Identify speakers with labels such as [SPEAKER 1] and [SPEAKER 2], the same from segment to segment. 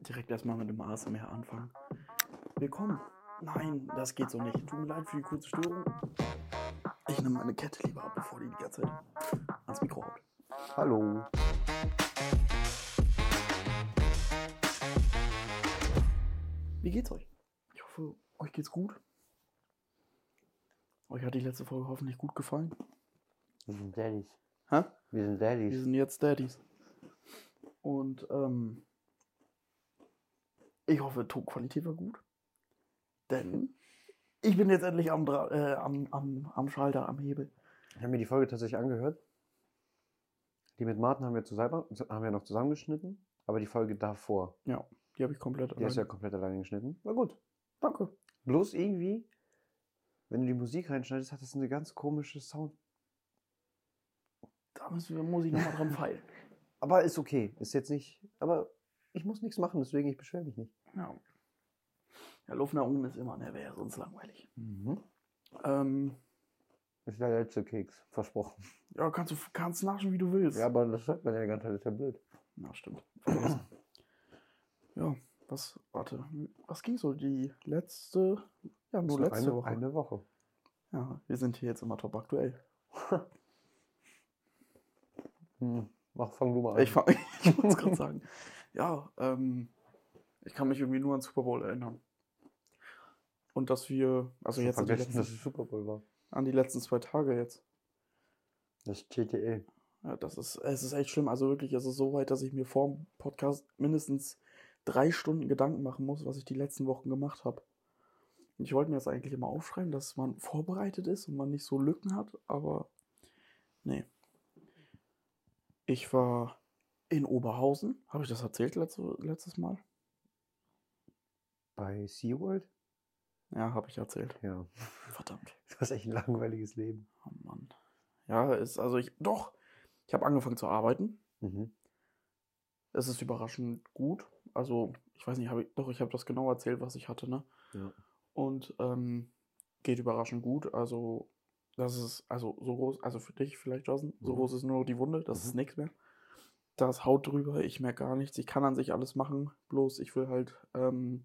[SPEAKER 1] direkt erstmal mit dem ASMR anfangen. Willkommen. Nein, das geht so nicht. Tut mir leid für die kurze Störung. Ich nehme meine Kette lieber ab, bevor die die ganze Zeit ans Mikro haut.
[SPEAKER 2] Hallo.
[SPEAKER 1] Wie geht's euch? Ich hoffe, euch geht's gut. Euch hat die letzte Folge hoffentlich gut gefallen.
[SPEAKER 2] Wir sind Daddys.
[SPEAKER 1] Hä?
[SPEAKER 2] Wir sind
[SPEAKER 1] Wir
[SPEAKER 2] Daddys.
[SPEAKER 1] sind jetzt Daddies. Und ähm, ich hoffe, Tonqualität war gut. Denn ich bin jetzt endlich am, Dra äh, am, am, am Schalter, am Hebel.
[SPEAKER 2] Ich habe mir die Folge tatsächlich angehört. Die mit Martin haben wir, zusammen, haben wir noch zusammengeschnitten, aber die Folge davor,
[SPEAKER 1] Die habe ich komplett
[SPEAKER 2] die hast du ja
[SPEAKER 1] allein.
[SPEAKER 2] komplett alleine geschnitten. War gut.
[SPEAKER 1] Danke.
[SPEAKER 2] Bloß irgendwie, wenn du die Musik reinschneidest, hat das eine ganz komische Sound.
[SPEAKER 1] Da müssen wir, muss ich nochmal dran feilen.
[SPEAKER 2] Aber ist okay. Ist jetzt nicht. Aber ich muss nichts machen, deswegen ich beschwere mich nicht.
[SPEAKER 1] Ja. ja, Luft nach oben ist immer, ne? Wäre ja sonst langweilig.
[SPEAKER 2] Mhm.
[SPEAKER 1] Ähm,
[SPEAKER 2] Ist der letzte Keks, versprochen.
[SPEAKER 1] ja, kannst du kannst naschen, wie du willst.
[SPEAKER 2] Ja, aber das sagt man ja die ganze Zeit, ist ja blöd.
[SPEAKER 1] Na, stimmt. ja, was, warte, was ging so? Die letzte, ja, nur letzte
[SPEAKER 2] eine,
[SPEAKER 1] Woche.
[SPEAKER 2] eine Woche.
[SPEAKER 1] Ja, wir sind hier jetzt immer top aktuell.
[SPEAKER 2] Hm. Mach, fang du mal an.
[SPEAKER 1] Ich, fa- ich wollte es gerade sagen. Ja, ähm, ich kann mich irgendwie nur an Super Bowl erinnern. Und dass wir, also jetzt an die,
[SPEAKER 2] vergessen, dass
[SPEAKER 1] letzten,
[SPEAKER 2] es Super Bowl war.
[SPEAKER 1] an die letzten zwei Tage jetzt.
[SPEAKER 2] Das TTL.
[SPEAKER 1] Ja, das ist, es ist echt schlimm. Also wirklich, es ist so weit, dass ich mir vor dem Podcast mindestens drei Stunden Gedanken machen muss, was ich die letzten Wochen gemacht habe. Und ich wollte mir das eigentlich immer aufschreiben, dass man vorbereitet ist und man nicht so Lücken hat, aber nee. Ich war in Oberhausen. Habe ich das erzählt letzte, letztes Mal?
[SPEAKER 2] Bei SeaWorld?
[SPEAKER 1] Ja, habe ich erzählt.
[SPEAKER 2] Ja.
[SPEAKER 1] Verdammt.
[SPEAKER 2] Das ist echt ein langweiliges Leben.
[SPEAKER 1] Oh Mann. Ja, ist, also ich, doch, ich habe angefangen zu arbeiten.
[SPEAKER 2] Mhm.
[SPEAKER 1] Es ist überraschend gut. Also, ich weiß nicht, habe ich, doch, ich habe das genau erzählt, was ich hatte, ne?
[SPEAKER 2] Ja.
[SPEAKER 1] Und ähm, geht überraschend gut. Also, das ist, also so groß, also für dich vielleicht, Jason, so
[SPEAKER 2] Mhm.
[SPEAKER 1] groß ist nur noch die Wunde, das
[SPEAKER 2] Mhm.
[SPEAKER 1] ist nichts mehr. Da ist Haut drüber, ich merke gar nichts. Ich kann an sich alles machen, bloß ich will halt ähm,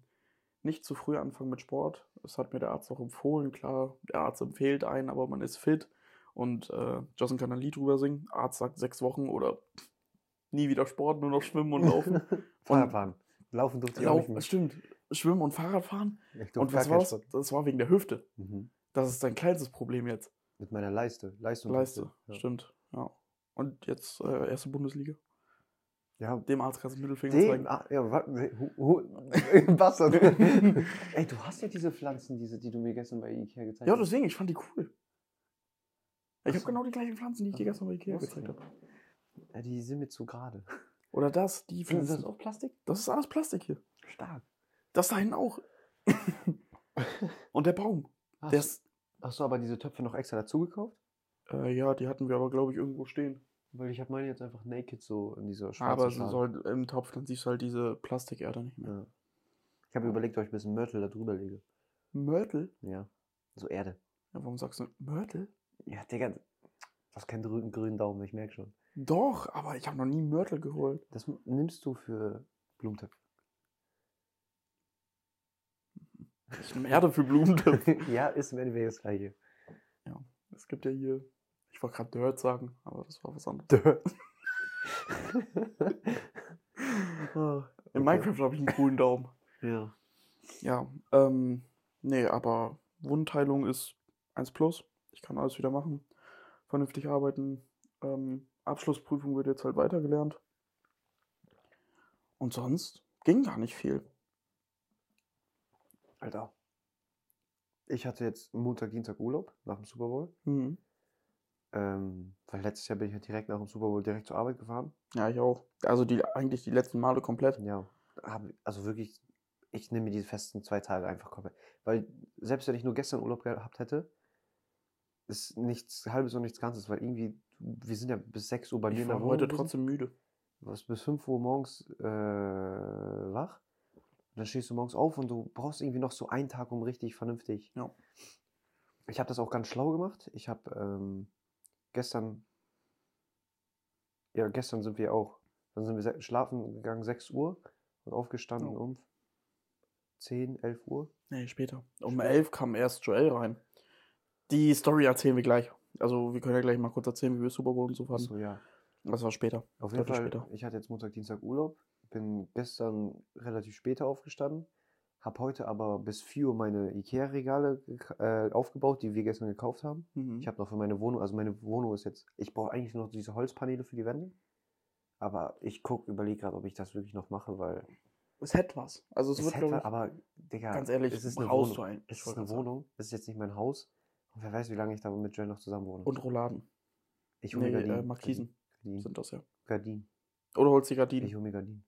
[SPEAKER 1] nicht zu früh anfangen mit Sport. Das hat mir der Arzt auch empfohlen, klar, der Arzt empfiehlt einen, aber man ist fit. Und äh, Justin kann ein Lied drüber singen. Arzt sagt sechs Wochen oder nie wieder Sport, nur noch schwimmen und laufen.
[SPEAKER 2] Fahrradfahren. Laufen durfte ich auch
[SPEAKER 1] Lauf,
[SPEAKER 2] nicht. mehr.
[SPEAKER 1] stimmt. Schwimmen und Fahrradfahren.
[SPEAKER 2] Ich durfte
[SPEAKER 1] Und
[SPEAKER 2] gar
[SPEAKER 1] was
[SPEAKER 2] keinen
[SPEAKER 1] war's?
[SPEAKER 2] Sport.
[SPEAKER 1] Das war wegen der Hüfte.
[SPEAKER 2] Mhm.
[SPEAKER 1] Das ist dein kleinstes Problem jetzt.
[SPEAKER 2] Mit meiner Leiste. Leiste. und
[SPEAKER 1] Leiste.
[SPEAKER 2] Hüfte. Ja.
[SPEAKER 1] Stimmt. Ja. Und jetzt äh, erste Bundesliga.
[SPEAKER 2] Ja.
[SPEAKER 1] Dem Arzt kannst du den Mittelfinger
[SPEAKER 2] Den,
[SPEAKER 1] zeigen.
[SPEAKER 2] ah, ja, wa- hu- hu- Bastard. Ey, du hast ja diese Pflanzen, diese, die du mir gestern bei Ikea gezeigt
[SPEAKER 1] Ja,
[SPEAKER 2] hast.
[SPEAKER 1] deswegen, ich fand die cool. Ich
[SPEAKER 2] Ach
[SPEAKER 1] habe
[SPEAKER 2] so.
[SPEAKER 1] genau die gleichen Pflanzen, die ich dir
[SPEAKER 2] Ach so.
[SPEAKER 1] gestern bei Ikea
[SPEAKER 2] Wusste
[SPEAKER 1] gezeigt
[SPEAKER 2] ich
[SPEAKER 1] habe.
[SPEAKER 2] Ja, die sind mir zu gerade.
[SPEAKER 1] Oder das, die
[SPEAKER 2] Ist das
[SPEAKER 1] Pflanzen.
[SPEAKER 2] auch Plastik?
[SPEAKER 1] Das ist alles Plastik hier.
[SPEAKER 2] Stark.
[SPEAKER 1] Das da hinten auch. und der Baum.
[SPEAKER 2] Hast,
[SPEAKER 1] Der ist,
[SPEAKER 2] hast du aber diese Töpfe noch extra dazu gekauft?
[SPEAKER 1] äh, ja, die hatten wir aber, glaube ich, irgendwo stehen.
[SPEAKER 2] Weil ich habe meine jetzt einfach naked so in dieser schwarzen
[SPEAKER 1] Aber sie
[SPEAKER 2] Schale.
[SPEAKER 1] soll, im Topf, dann siehst du halt diese Plastikerde nicht mehr.
[SPEAKER 2] Ja. Ich habe überlegt, ob ich ein bisschen Mörtel da drüber lege.
[SPEAKER 1] Mörtel?
[SPEAKER 2] Ja. So Erde.
[SPEAKER 1] Ja, warum sagst du Mörtel?
[SPEAKER 2] Ja, Digga. Du hast keinen grünen, grünen Daumen, ich merke schon.
[SPEAKER 1] Doch, aber ich habe noch nie Mörtel geholt.
[SPEAKER 2] Das m- nimmst du für Blumentöpfe.
[SPEAKER 1] Ich nehme Erde für Blumentöpfe.
[SPEAKER 2] ja, ist im Endeffekt das gleiche.
[SPEAKER 1] es gibt ja hier, ich wollte gerade Dirt sagen, aber das war was anderes. Oh, In Minecraft habe ich einen coolen Daumen.
[SPEAKER 2] Ja.
[SPEAKER 1] Ja, ähm, nee, aber Wundteilung ist 1 plus. Ich kann alles wieder machen, vernünftig arbeiten. Ähm, Abschlussprüfung wird jetzt halt weitergelernt. Und sonst ging gar nicht viel.
[SPEAKER 2] Alter. Ich hatte jetzt Montag, Dienstag Urlaub nach dem Super Bowl.
[SPEAKER 1] Hm.
[SPEAKER 2] Ähm, weil letztes Jahr bin ich ja direkt nach dem Super Bowl direkt zur Arbeit gefahren.
[SPEAKER 1] Ja, ich auch. Also die, eigentlich die letzten Male komplett.
[SPEAKER 2] Ja. Hab, also wirklich, ich nehme mir diese festen zwei Tage einfach komplett. Weil selbst wenn ich nur gestern Urlaub gehabt hätte, ist nichts halbes und nichts Ganzes, weil irgendwie, wir sind ja bis 6 Uhr bei mir
[SPEAKER 1] Ich
[SPEAKER 2] in der
[SPEAKER 1] war
[SPEAKER 2] Wohnung
[SPEAKER 1] heute
[SPEAKER 2] gewesen.
[SPEAKER 1] trotzdem müde.
[SPEAKER 2] warst bis 5 Uhr morgens äh, wach. Und dann stehst du morgens auf und du brauchst irgendwie noch so einen Tag, um richtig vernünftig.
[SPEAKER 1] Ja.
[SPEAKER 2] Ich habe das auch ganz schlau gemacht. Ich habe ähm, gestern, ja, gestern sind wir auch, dann sind wir se- schlafen gegangen, 6 Uhr. und aufgestanden
[SPEAKER 1] Ja.
[SPEAKER 2] um 10, 11 Uhr.
[SPEAKER 1] Nee, später. Um 11 kam erst Joel rein. Die Story erzählen wir gleich. Also, wir können ja gleich mal kurz erzählen, wie wir Super Bowl und so fanden.
[SPEAKER 2] Achso, ja.
[SPEAKER 1] Das war später.
[SPEAKER 2] Auf jeden
[SPEAKER 1] Dafür
[SPEAKER 2] Fall,
[SPEAKER 1] später.
[SPEAKER 2] ich hatte jetzt Montag, Dienstag Urlaub, bin gestern relativ später aufgestanden, habe heute aber bis 4 Uhr meine Ikea-Regale gek- äh, aufgebaut, die wir gestern gekauft haben.
[SPEAKER 1] Mhm.
[SPEAKER 2] Ich habe noch für meine Wohnung, also meine Wohnung ist jetzt, ich brauche eigentlich nur noch diese Holzpaneele für die Wände, aber ich guck, überlege gerade, ob ich das wirklich noch mache, weil
[SPEAKER 1] es hätte was. Also, es,
[SPEAKER 2] es
[SPEAKER 1] wird,
[SPEAKER 2] hätte,
[SPEAKER 1] glaube ich,
[SPEAKER 2] aber Digga,
[SPEAKER 1] ganz ehrlich,
[SPEAKER 2] es ist eine
[SPEAKER 1] Haus
[SPEAKER 2] Wohnung.
[SPEAKER 1] sein.
[SPEAKER 2] Es
[SPEAKER 1] Ich
[SPEAKER 2] ist
[SPEAKER 1] wollte
[SPEAKER 2] eine
[SPEAKER 1] gerade sagen.
[SPEAKER 2] Wohnung, es ist jetzt nicht mein Haus und wer weiß, wie lange ich da mit Joel noch zusammen wohne.
[SPEAKER 1] Und Rouladen.
[SPEAKER 2] ich hole
[SPEAKER 1] Nee,
[SPEAKER 2] mir
[SPEAKER 1] äh,
[SPEAKER 2] Gardinen.
[SPEAKER 1] Markisen
[SPEAKER 2] Gardinen.
[SPEAKER 1] sind das ja.
[SPEAKER 2] Gardinen.
[SPEAKER 1] Oder holst die Gardinen.
[SPEAKER 2] Ich hole mir Gardinen.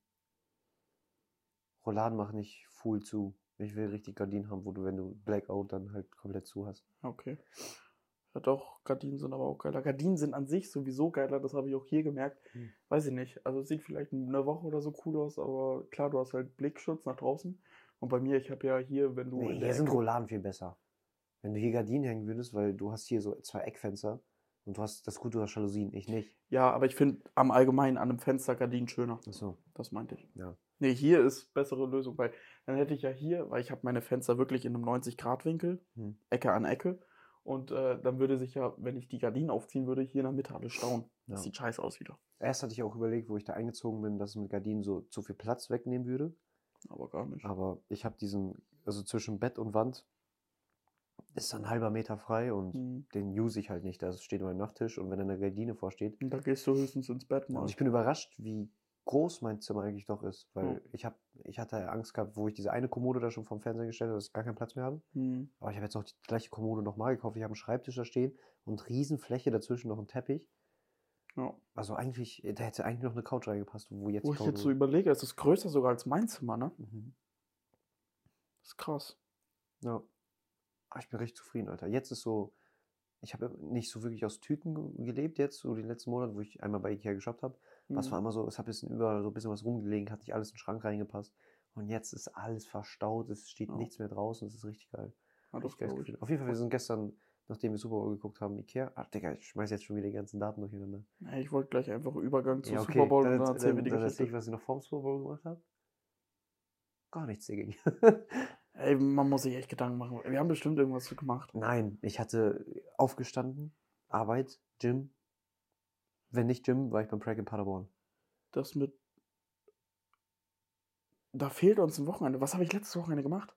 [SPEAKER 2] Rolladen mach nicht full zu. Ich will richtig Gardinen haben, wo du, wenn du Blackout dann halt komplett zu hast.
[SPEAKER 1] Okay. Ja, doch, Gardinen sind aber auch geiler. Gardinen sind an sich sowieso geiler, das habe ich auch hier gemerkt.
[SPEAKER 2] Hm.
[SPEAKER 1] Weiß ich nicht. Also es sieht vielleicht eine Woche oder so cool aus, aber klar, du hast halt Blickschutz nach draußen. Und bei mir, ich habe ja hier, wenn du
[SPEAKER 2] Nee,
[SPEAKER 1] in der
[SPEAKER 2] hier sind
[SPEAKER 1] Ecke-
[SPEAKER 2] Rolladen viel besser. Wenn du hier Gardinen hängen würdest, weil du hast hier so zwei Eckfenster und du hast das Gute, du hast Jalousien, ich nicht.
[SPEAKER 1] Ja, aber ich finde am Allgemeinen an einem Fenster Gardinen schöner.
[SPEAKER 2] Achso.
[SPEAKER 1] Das meinte ich.
[SPEAKER 2] Ja.
[SPEAKER 1] Nee, hier ist bessere Lösung, weil dann hätte ich ja hier, weil ich habe meine Fenster wirklich in einem 90-Grad-Winkel,
[SPEAKER 2] Hm.
[SPEAKER 1] Ecke an Ecke. Und äh, dann würde sich ja, wenn ich die Gardinen aufziehen würde, hier in der Mitte alles stauen. Das
[SPEAKER 2] Ja.
[SPEAKER 1] sieht scheiße aus wieder.
[SPEAKER 2] Erst hatte ich auch überlegt, wo ich da eingezogen bin, dass es mit Gardinen so zu viel Platz wegnehmen würde.
[SPEAKER 1] Aber gar nicht.
[SPEAKER 2] Aber ich habe diesen, also zwischen Bett und Wand ist dann ein halber Meter frei und
[SPEAKER 1] Hm.
[SPEAKER 2] den use ich halt nicht. Da steht mein Nachttisch und wenn da eine Gardine vorsteht,
[SPEAKER 1] Und da gehst du höchstens ins Bett mal.
[SPEAKER 2] Und ich bin überrascht, wie groß mein Zimmer eigentlich doch ist, weil
[SPEAKER 1] Ja.
[SPEAKER 2] ich habe, ich hatte ja Angst gehabt, wo ich diese eine Kommode da schon vom Fernseher gestellt habe, dass ich gar keinen Platz mehr habe.
[SPEAKER 1] Hm.
[SPEAKER 2] Aber ich habe jetzt noch die gleiche Kommode nochmal gekauft. Ich habe einen Schreibtisch da stehen und Riesenfläche dazwischen noch einen Teppich.
[SPEAKER 1] Ja.
[SPEAKER 2] Also eigentlich, da hätte eigentlich noch eine Couch reingepasst, wo jetzt
[SPEAKER 1] Wo
[SPEAKER 2] die
[SPEAKER 1] ich jetzt so
[SPEAKER 2] Couch-
[SPEAKER 1] überlege, es ist größer sogar als mein Zimmer, ne?
[SPEAKER 2] Mhm.
[SPEAKER 1] Das ist krass.
[SPEAKER 2] Ja. Aber ich bin recht zufrieden, Alter. Jetzt ist so, ich habe nicht so wirklich aus Tüten ge- gelebt jetzt, so den letzten Monat, wo ich einmal bei Ikea geshoppt habe. Was
[SPEAKER 1] Hm.
[SPEAKER 2] war immer so, es hat ein bisschen überall so ein bisschen was rumgelegen, hat nicht alles in den Schrank reingepasst. Und jetzt ist alles verstaut, es steht
[SPEAKER 1] Ja.
[SPEAKER 2] nichts mehr draußen, es ist richtig geil.
[SPEAKER 1] Ja, das
[SPEAKER 2] Richtig geiles
[SPEAKER 1] glaub ich.
[SPEAKER 2] Gefühl. Auf jeden Fall, wir sind gestern, nachdem wir Super Bowl geguckt haben, Ikea. Ach, Digga, ich schmeiß jetzt schon wieder die ganzen Daten durcheinander.
[SPEAKER 1] Nee, ich wollte gleich einfach Übergang zu
[SPEAKER 2] Ja, okay,
[SPEAKER 1] Super Bowl
[SPEAKER 2] dann,
[SPEAKER 1] und dann
[SPEAKER 2] dann,
[SPEAKER 1] erzählen wir
[SPEAKER 2] dann,
[SPEAKER 1] die
[SPEAKER 2] dann erzähl ich,
[SPEAKER 1] Geschichte.
[SPEAKER 2] was ich noch vorm Super Bowl gemacht habe. Gar nichts dagegen.
[SPEAKER 1] Ey, man muss sich echt Gedanken machen. Wir haben bestimmt irgendwas gemacht.
[SPEAKER 2] Nein, ich hatte aufgestanden, Arbeit, Gym. Wenn nicht Gym, war ich beim Prag in Paderborn.
[SPEAKER 1] Das mit. Da fehlt uns ein Wochenende. Was habe ich letztes Wochenende gemacht?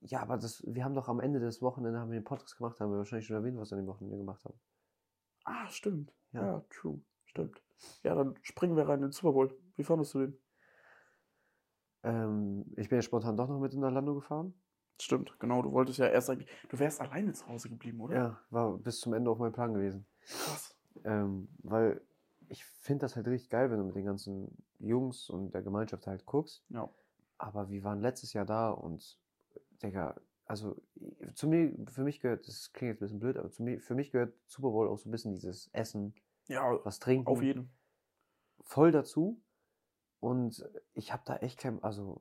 [SPEAKER 2] Ja, aber das, wir haben doch am Ende des Wochenende haben wir den Podcast gemacht, haben wir wahrscheinlich schon erwähnt, was wir an dem Wochenende gemacht haben.
[SPEAKER 1] Ah, stimmt. Ja,
[SPEAKER 2] Ja.
[SPEAKER 1] true. Stimmt. Ja, dann springen wir rein in den Super Bowl. Wie fandest du den?
[SPEAKER 2] Ähm, ich bin ja spontan doch noch mit in Orlando gefahren.
[SPEAKER 1] Stimmt, genau. Du wolltest ja erst eigentlich. Du wärst alleine zu Hause geblieben, oder?
[SPEAKER 2] Ja, war bis zum Ende auch mein Plan gewesen.
[SPEAKER 1] Krass.
[SPEAKER 2] Ähm, weil ich finde das halt richtig geil, wenn du mit den ganzen Jungs und der Gemeinschaft halt guckst.
[SPEAKER 1] Ja.
[SPEAKER 2] Aber wir waren letztes Jahr da und, Digga, also zu mir, für mich gehört, das klingt jetzt ein bisschen blöd, aber zu mir, für mich gehört Super Bowl auch so ein bisschen dieses Essen,
[SPEAKER 1] Ja,
[SPEAKER 2] was trinken.
[SPEAKER 1] auf jeden.
[SPEAKER 2] voll dazu. Und ich habe da echt kein, also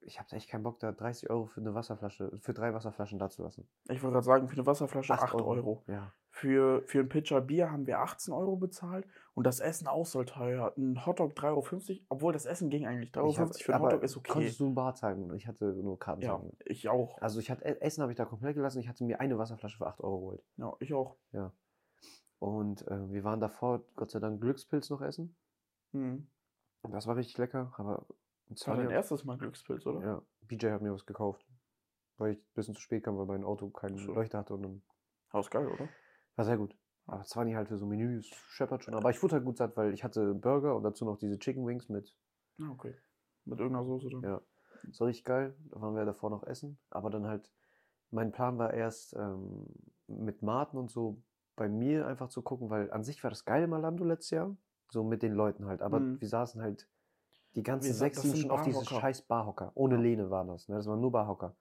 [SPEAKER 2] ich habe da echt keinen Bock, da 30 Euro für eine Wasserflasche, für drei Wasserflaschen dazulassen.
[SPEAKER 1] Ich wollte gerade sagen, für eine Wasserflasche 8 Euro.
[SPEAKER 2] Ja.
[SPEAKER 1] Für, für einen Pitcher Bier haben wir 18 Euro bezahlt und das Essen auch soll teuer. Ein Hotdog 3,50 Euro, obwohl das Essen ging eigentlich. 3,50
[SPEAKER 2] Ich hab-
[SPEAKER 1] Euro für einen
[SPEAKER 2] aber
[SPEAKER 1] Hotdog ist okay.
[SPEAKER 2] Konntest du einen Bar zeigen? Ich hatte nur Karten.
[SPEAKER 1] Ja,
[SPEAKER 2] zeigen.
[SPEAKER 1] ich auch.
[SPEAKER 2] Also ich hatte Essen habe ich da komplett gelassen. Ich hatte mir eine Wasserflasche für 8 Euro geholt.
[SPEAKER 1] Ja, ich auch.
[SPEAKER 2] Und äh, wir waren davor, Gott sei Dank, Glückspilz noch essen.
[SPEAKER 1] Hm.
[SPEAKER 2] Und Das war richtig lecker, aber
[SPEAKER 1] Das war dein erstes Mal Glückspilz, oder?
[SPEAKER 2] Ja, BJ hat mir was gekauft. Weil ich ein bisschen zu spät kam, weil mein Auto keine
[SPEAKER 1] Ach so.
[SPEAKER 2] Leuchte hatte und dann
[SPEAKER 1] Aber ist geil, oder?
[SPEAKER 2] War sehr gut. Aber es waren die halt für so Menüs, scheppert schon. Aber ich wurde halt gut satt, weil ich hatte Burger und dazu noch diese Chicken Wings mit.
[SPEAKER 1] Ja, okay. Mit irgendeiner Soße drin.
[SPEAKER 2] Ja. Das war richtig geil. Da waren wir davor noch essen. Aber dann halt, mein Plan war erst ähm, mit Martin und so bei mir einfach zu gucken, weil an sich war das geil im Orlando letztes Jahr. So mit den Leuten halt. Aber
[SPEAKER 1] Mhm.
[SPEAKER 2] wir saßen halt die ganzen
[SPEAKER 1] Wir sa-
[SPEAKER 2] sechs
[SPEAKER 1] das
[SPEAKER 2] sieben
[SPEAKER 1] sind
[SPEAKER 2] schon auf diese
[SPEAKER 1] Barhocker.
[SPEAKER 2] scheiß Barhocker. Ohne
[SPEAKER 1] Ja.
[SPEAKER 2] Lehne waren das. Ne? Das waren nur Barhocker.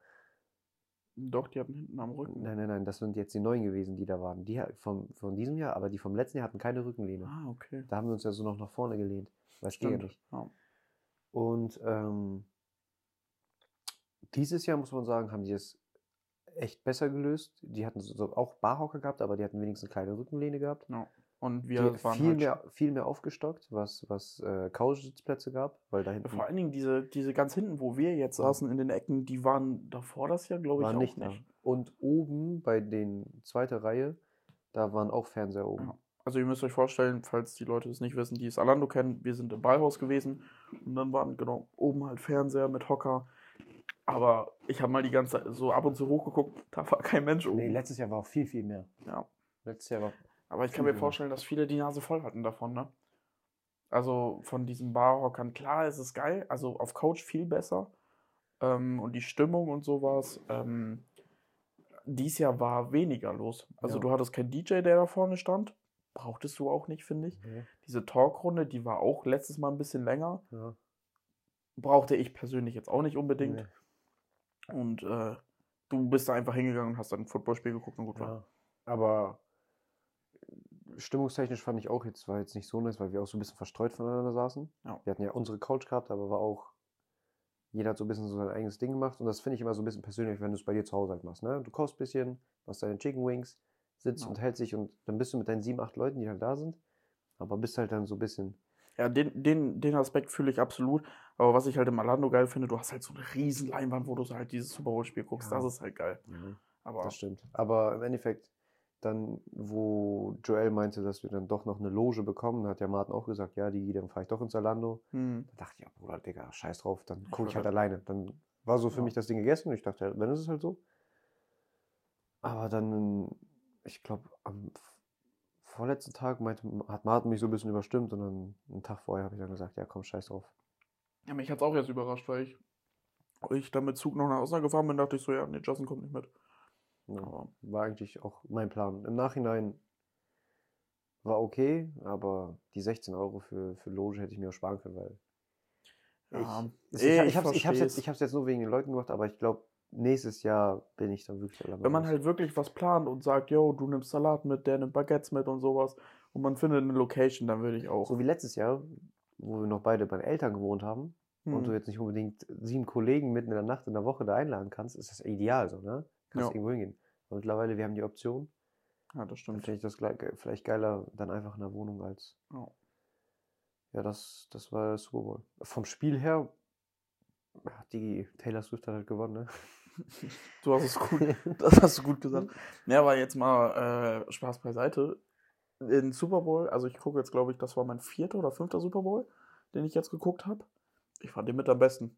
[SPEAKER 1] Doch, die hatten hinten am Rücken.
[SPEAKER 2] Nein, nein, nein. Das sind jetzt die neuen gewesen, die da waren. Die vom, von diesem Jahr, aber die vom letzten Jahr hatten keine Rückenlehne.
[SPEAKER 1] Ah, okay.
[SPEAKER 2] Da haben wir uns ja so noch nach vorne gelehnt. Weil es ging ja
[SPEAKER 1] Stimmt.
[SPEAKER 2] nicht.
[SPEAKER 1] Ja.
[SPEAKER 2] Und ähm, dieses Jahr, muss man sagen, haben die es echt besser gelöst. Die hatten so- so auch Barhocker gehabt, aber die hatten wenigstens eine kleine Rückenlehne gehabt.
[SPEAKER 1] Ja. Und
[SPEAKER 2] Die
[SPEAKER 1] wir waren
[SPEAKER 2] viel,
[SPEAKER 1] halt
[SPEAKER 2] mehr, viel mehr aufgestockt, was, was äh, Couchsitzplätze gab, weil da hinten
[SPEAKER 1] Vor allen Dingen diese, diese ganz hinten, wo wir jetzt saßen in den Ecken, die waren davor das Jahr, glaube ich,
[SPEAKER 2] war
[SPEAKER 1] auch
[SPEAKER 2] nicht
[SPEAKER 1] nicht.
[SPEAKER 2] da. Und oben bei den zweite Reihe, da waren auch Fernseher oben.
[SPEAKER 1] Ja. Also ihr müsst euch vorstellen, falls die Leute es nicht wissen, die es Alando kennen, wir sind im Ballhaus gewesen und dann waren genau oben halt Fernseher mit Hocker. Aber ich habe mal die ganze Zeit so ab und zu hochgeguckt, da war kein Mensch oben.
[SPEAKER 3] Nee, letztes Jahr war auch viel, viel mehr.
[SPEAKER 1] Ja.
[SPEAKER 3] Letztes Jahr war.
[SPEAKER 1] Aber ich kann mir
[SPEAKER 2] Mhm.
[SPEAKER 1] vorstellen, dass viele die Nase voll hatten davon, ne? Also von diesen Barhockern. Klar, es ist geil, also auf Couch viel besser. Ähm, und die Stimmung und sowas. Ähm, dies Jahr war weniger los. Also
[SPEAKER 2] Ja.
[SPEAKER 1] du hattest keinen DJ, der da vorne stand. Brauchtest du auch nicht, finde ich. Diese Talkrunde, die war auch letztes Mal ein bisschen länger.
[SPEAKER 2] Ja.
[SPEAKER 1] Brauchte ich persönlich jetzt auch nicht unbedingt.
[SPEAKER 2] Nee.
[SPEAKER 1] Und äh, du bist da einfach hingegangen und hast dann ein Footballspiel geguckt und gut war.
[SPEAKER 2] Ja. Aber äh, stimmungstechnisch fand ich auch jetzt, war jetzt nicht so nice, weil wir auch so ein bisschen verstreut voneinander saßen.
[SPEAKER 1] Ja.
[SPEAKER 2] Wir hatten ja unsere Couch gehabt, aber war auch, jeder hat so ein bisschen so sein eigenes Ding gemacht. Und das finde ich immer so ein bisschen persönlich, wenn du es bei dir zu Hause halt machst. Ne? Du kochst ein bisschen, machst deine Chicken Wings, sitzt
[SPEAKER 1] Ja.
[SPEAKER 2] und hältst dich und dann bist du mit deinen sieben, acht Leuten, die halt da sind. Aber bist halt dann so ein bisschen.
[SPEAKER 1] Ja, den, den, den Aspekt fühle ich absolut. Aber was ich halt im Orlando geil finde, du hast halt so eine riesen Leinwand, wo du so halt dieses Super Bowl-Spiel guckst.
[SPEAKER 2] Ja.
[SPEAKER 1] Das ist halt geil. Aber
[SPEAKER 2] Das stimmt. Aber im Endeffekt, dann, wo Joel meinte, dass wir dann doch noch eine Loge bekommen, hat ja Martin auch gesagt, ja, die, dann fahre ich doch ins Orlando.
[SPEAKER 1] hm,
[SPEAKER 2] Da dachte ich, ja, Bruder, Digga, scheiß drauf, dann
[SPEAKER 1] Ich
[SPEAKER 2] gucke ich
[SPEAKER 1] würd
[SPEAKER 2] halt alleine. Dann war so für
[SPEAKER 1] Ja.
[SPEAKER 2] mich das Ding gegessen und ich dachte, ja, dann ist es halt so. Aber dann, ich glaube, am v- vorletzten Tag meinte, hat Martin mich so ein bisschen überstimmt und dann einen Tag vorher habe ich dann gesagt, ja, komm, scheiß drauf.
[SPEAKER 1] ja, mich hat es auch jetzt überrascht, weil ich, ich dann mit Zug noch nach Osnabrück gefahren bin, dachte ich so, ja, nee, Justin kommt nicht mit.
[SPEAKER 2] Ja,
[SPEAKER 1] Aber
[SPEAKER 2] war eigentlich auch mein Plan. Im Nachhinein war okay, aber die 16 Euro für, für Loge hätte ich mir auch sparen können, weil
[SPEAKER 1] ja,
[SPEAKER 2] Es- ich, ich,
[SPEAKER 1] ich
[SPEAKER 2] hab's, ich, hab's jetzt,
[SPEAKER 1] versteh's.
[SPEAKER 2] ich hab's jetzt nur wegen den Leuten gemacht, aber ich glaube, nächstes Jahr bin ich dann wirklich alleine.
[SPEAKER 1] wenn man halt wirklich was plant und sagt, yo, du nimmst Salat mit, der nimmt Baguettes mit und sowas und man findet eine Location, dann würde ich auch.
[SPEAKER 2] So wie letztes Jahr, wo wir noch beide bei den Eltern gewohnt haben und du
[SPEAKER 1] hm.
[SPEAKER 2] jetzt nicht unbedingt sieben Kollegen mitten in der Nacht in der Woche da einladen kannst, ist das ideal so, ne? Kannst
[SPEAKER 1] Ja.
[SPEAKER 2] irgendwo hingehen. Aber mittlerweile, wir haben die Option.
[SPEAKER 1] Ja, das
[SPEAKER 2] Dann
[SPEAKER 1] stimmt.
[SPEAKER 2] finde ich das gleich, vielleicht geiler, dann einfach in der Wohnung als.
[SPEAKER 1] Ja.
[SPEAKER 2] Ja, das, das war der Super Bowl. Vom Spiel her, ja, die Taylor Swift hat halt gewonnen, ne?
[SPEAKER 1] Du hast es gut, das hast du gut gesagt.
[SPEAKER 2] Mhm.
[SPEAKER 1] Ja, aber jetzt mal äh, Spaß beiseite. In Super Bowl, also ich gucke jetzt, glaube ich, das war mein vierter oder fünfter Super Bowl, den ich jetzt geguckt habe. Ich fand den mit am besten.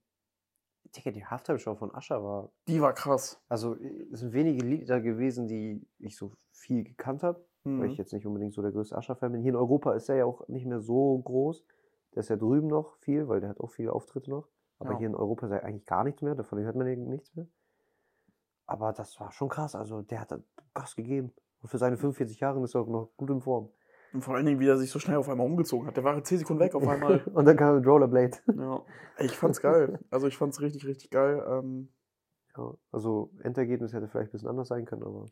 [SPEAKER 2] Digga, die Halftime-Show von Ascher war.
[SPEAKER 1] Die war krass.
[SPEAKER 2] Also, es sind wenige Lieder gewesen, die ich so viel gekannt habe, weil ich
[SPEAKER 1] Mhm.
[SPEAKER 2] jetzt nicht unbedingt so der größte Ascher-Fan bin. Hier in Europa ist er ja auch nicht mehr so groß. Der ist ja drüben noch viel, weil der hat auch viele Auftritte noch. Aber
[SPEAKER 1] Ja.
[SPEAKER 2] hier in Europa ist er eigentlich gar nichts mehr, davon hört man ja nichts mehr. Aber das war schon krass, also der hat da Gas gegeben. Und für seine 45 Jahre ist er auch noch gut in Form.
[SPEAKER 1] Und vor allen Dingen, wie er sich so schnell auf einmal umgezogen hat. Der war 10 Sekunden weg auf einmal.
[SPEAKER 2] Und dann kam ein Rollerblade.
[SPEAKER 1] ja. Ich fand's geil. Also ich fand's richtig, richtig geil. Ähm,
[SPEAKER 2] Ja, also Endergebnis hätte vielleicht ein bisschen anders sein können, aber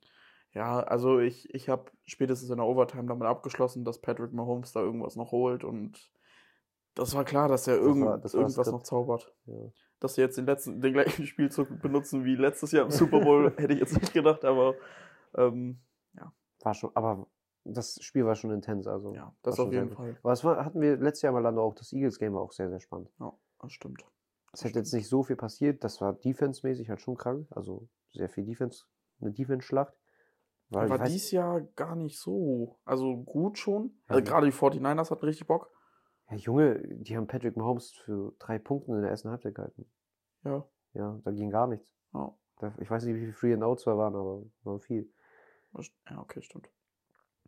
[SPEAKER 1] ja, also ich, ich habe spätestens in der Overtime damit abgeschlossen, dass Patrick Mahomes da irgendwas noch holt und das war klar, dass er
[SPEAKER 2] Das
[SPEAKER 1] irgend,
[SPEAKER 2] war- das war
[SPEAKER 1] irgendwas
[SPEAKER 2] Skript.
[SPEAKER 1] noch zaubert.
[SPEAKER 2] ja.
[SPEAKER 1] dass sie jetzt den, letzten, den gleichen Spielzug benutzen wie letztes Jahr im Super Bowl, hätte ich jetzt nicht gedacht, aber ähm,
[SPEAKER 2] war schon, aber das Spiel war schon intens, also.
[SPEAKER 1] ja, das
[SPEAKER 2] war
[SPEAKER 1] auf
[SPEAKER 2] schon
[SPEAKER 1] jeden
[SPEAKER 2] sehr
[SPEAKER 1] Fall.
[SPEAKER 2] Aber das war, hatten wir letztes Jahr mal dann auch, das Eagles-Game war auch sehr, sehr spannend.
[SPEAKER 1] Das Ah, stimmt.
[SPEAKER 2] Es hätte jetzt nicht so viel passiert, das war defensemäßig halt schon krank, also sehr viel Defense, eine Defense-Schlacht. Weil ich
[SPEAKER 1] War
[SPEAKER 2] weiß-
[SPEAKER 1] dies Jahr gar nicht so. Also gut schon.
[SPEAKER 2] Ja,
[SPEAKER 1] Also
[SPEAKER 2] die-
[SPEAKER 1] gerade die 49ers hatten richtig Bock.
[SPEAKER 2] ja, Junge, die haben Patrick Mahomes für drei Punkte in der ersten Halbzeit gehalten.
[SPEAKER 1] Ja.
[SPEAKER 2] Ja, da ging gar nichts.
[SPEAKER 1] Ja,
[SPEAKER 2] Da- Ich weiß nicht, wie viel Free and Outs da waren, aber waren viel.
[SPEAKER 1] das- ja okay, stimmt.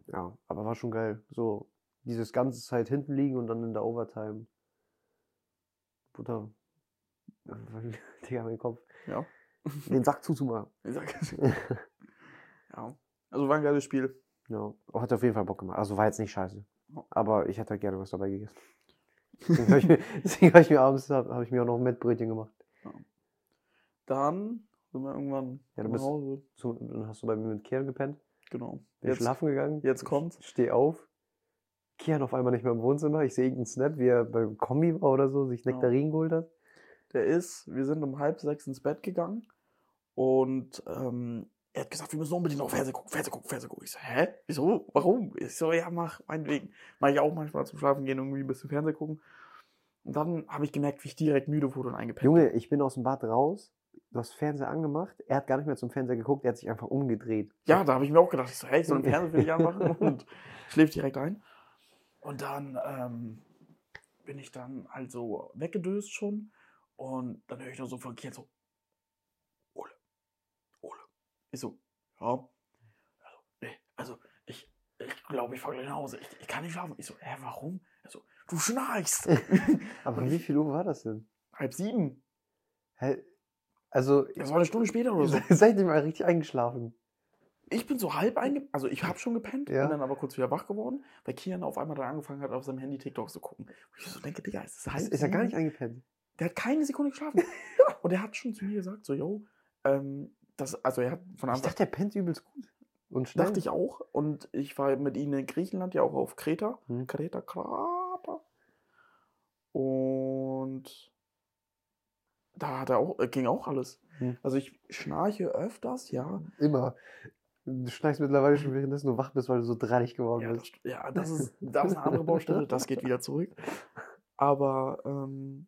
[SPEAKER 2] Ja, aber war schon geil. So, dieses ganze Zeit hinten liegen und dann in der Overtime. Butter. Digga, mein Kopf.
[SPEAKER 1] Ja.
[SPEAKER 2] Den Sack zuzumachen.
[SPEAKER 1] Ich sag es. ja. Also war ein geiles Spiel.
[SPEAKER 2] Ja, hat auf jeden Fall Bock gemacht. Also war jetzt nicht scheiße.
[SPEAKER 1] Ja.
[SPEAKER 2] Aber ich hätte halt gerne was dabei gegessen. Deswegen habe ich, mir- deswegen hab ich mir abends hab, hab ich mir auch noch ein Mettbrötchen gemacht.
[SPEAKER 1] Dann sind wir irgendwann
[SPEAKER 2] Ja, du
[SPEAKER 1] nach
[SPEAKER 2] bist-
[SPEAKER 1] Hause.
[SPEAKER 2] So, dann hast du bei mir mit Kian gepennt.
[SPEAKER 1] Genau.
[SPEAKER 2] Bin
[SPEAKER 1] Jetzt,
[SPEAKER 2] schlafen gegangen.
[SPEAKER 1] jetzt kommt's.
[SPEAKER 2] Ich steh auf. Kian auf einmal nicht mehr im Wohnzimmer. Ich sehe irgendeinen Snap, wie er beim Kombi war oder so, sich
[SPEAKER 1] Ja.
[SPEAKER 2] Nektarinen geholt hat.
[SPEAKER 1] der ist, wir sind um halb sechs ins Bett gegangen und ähm, Er hat gesagt, wir müssen unbedingt noch Fernsehen gucken, Fernsehen gucken, Fernsehen gucken. Ich so, hä? Wieso? Warum? Ich so, ja, mach, meinetwegen. Mach ich auch manchmal zum Schlafen gehen, irgendwie ein bisschen Fernsehen gucken. Und dann habe ich gemerkt, wie ich direkt müde wurde und eingepennt bin.
[SPEAKER 2] Junge, ich bin aus dem Bad raus, du hast Fernseher angemacht, er hat gar nicht mehr zum Fernseher geguckt, er hat sich einfach umgedreht.
[SPEAKER 1] Ja, da habe ich mir auch gedacht, ich so, hey, so einen Fernseher will ich anmachen und schläft direkt ein. Und dann ähm, bin ich dann also weggedöst schon und dann höre ich nur so von Kiel so, Ole, Ole. Ich so, ja. Also, nee, also ich, ich glaube, ich fahre gleich nach Hause. Ich, ich kann nicht schlafen. Ich so, hä, warum? Er so, du schnarchst.
[SPEAKER 2] Aber wie viel Uhr war das denn?
[SPEAKER 1] Halb sieben.
[SPEAKER 2] Hä? Also,
[SPEAKER 1] Das war eine Stunde später oder so.
[SPEAKER 2] seid ihr mal richtig eingeschlafen?
[SPEAKER 1] ich bin so halb eingepennt, also ich habe schon gepennt,
[SPEAKER 2] Hm. Ja.
[SPEAKER 1] bin dann aber kurz wieder wach geworden, weil Kian auf einmal dann angefangen hat, auf seinem Handy TikTok zu gucken. Und ich so denke, Digga, es ist halb
[SPEAKER 2] Ist, ist ja gar
[SPEAKER 1] sieben.
[SPEAKER 2] nicht eingepennt.
[SPEAKER 1] Der hat keine Sekunde geschlafen. und er hat schon zu mir gesagt, so, yo, ähm, das, also er hat von
[SPEAKER 2] Ich
[SPEAKER 1] Anfang
[SPEAKER 2] dachte, der pennt übelst gut. Und schnell.
[SPEAKER 1] dachte ich auch. Und ich war mit ihnen in Griechenland, ja auch auf Kreta.
[SPEAKER 2] Hm.
[SPEAKER 1] Kreta, Krata. Und da hat er auch, äh, ging auch alles.
[SPEAKER 2] Hm.
[SPEAKER 1] Also ich schnarche öfters, ja.
[SPEAKER 2] Immer. Du schnarchst mittlerweile schon währenddessen du wach bist, weil du so drallig geworden
[SPEAKER 1] Ja, das,
[SPEAKER 2] bist.
[SPEAKER 1] st- ja, das ist, das ist eine andere Baustelle, das geht wieder zurück. Aber, ähm,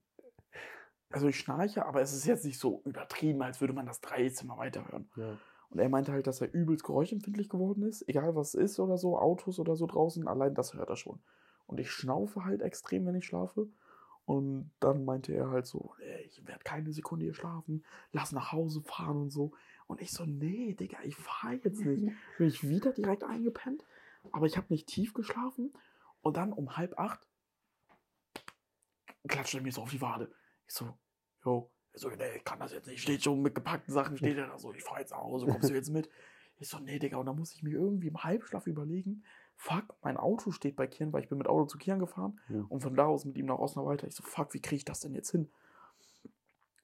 [SPEAKER 1] also ich schnarche, aber es ist jetzt nicht so übertrieben, als würde man das drei Zimmer weiterhören.
[SPEAKER 2] Ja.
[SPEAKER 1] Und er meinte halt, dass er übelst geräuschempfindlich geworden ist, egal was es ist oder so, Autos oder so draußen, allein das hört er schon. Und ich schnaufe halt extrem, wenn ich schlafe. Und dann meinte er halt so, "Ey, ich werde keine Sekunde hier schlafen, lass nach Hause fahren und so. Und ich so, nee, Digga, ich fahre jetzt nicht. Bin ich wieder direkt eingepennt, aber ich habe nicht tief geschlafen. Und dann um halb acht klatscht er mir so auf die Wade. Ich so, jo, ich so, nee, ich kann das jetzt nicht. Steht schon mit gepackten Sachen, steht er da so, ich fahr jetzt nach Hause, kommst du jetzt mit? Ich so, nee, Digga, und dann muss ich mir irgendwie im Halbschlaf überlegen, fuck, mein Auto steht bei Kian, weil ich bin mit Auto zu Kian gefahren
[SPEAKER 2] Ja.
[SPEAKER 1] und von da aus mit ihm nach Osnabrück weiter. Ich so, fuck, wie kriege ich das denn jetzt hin?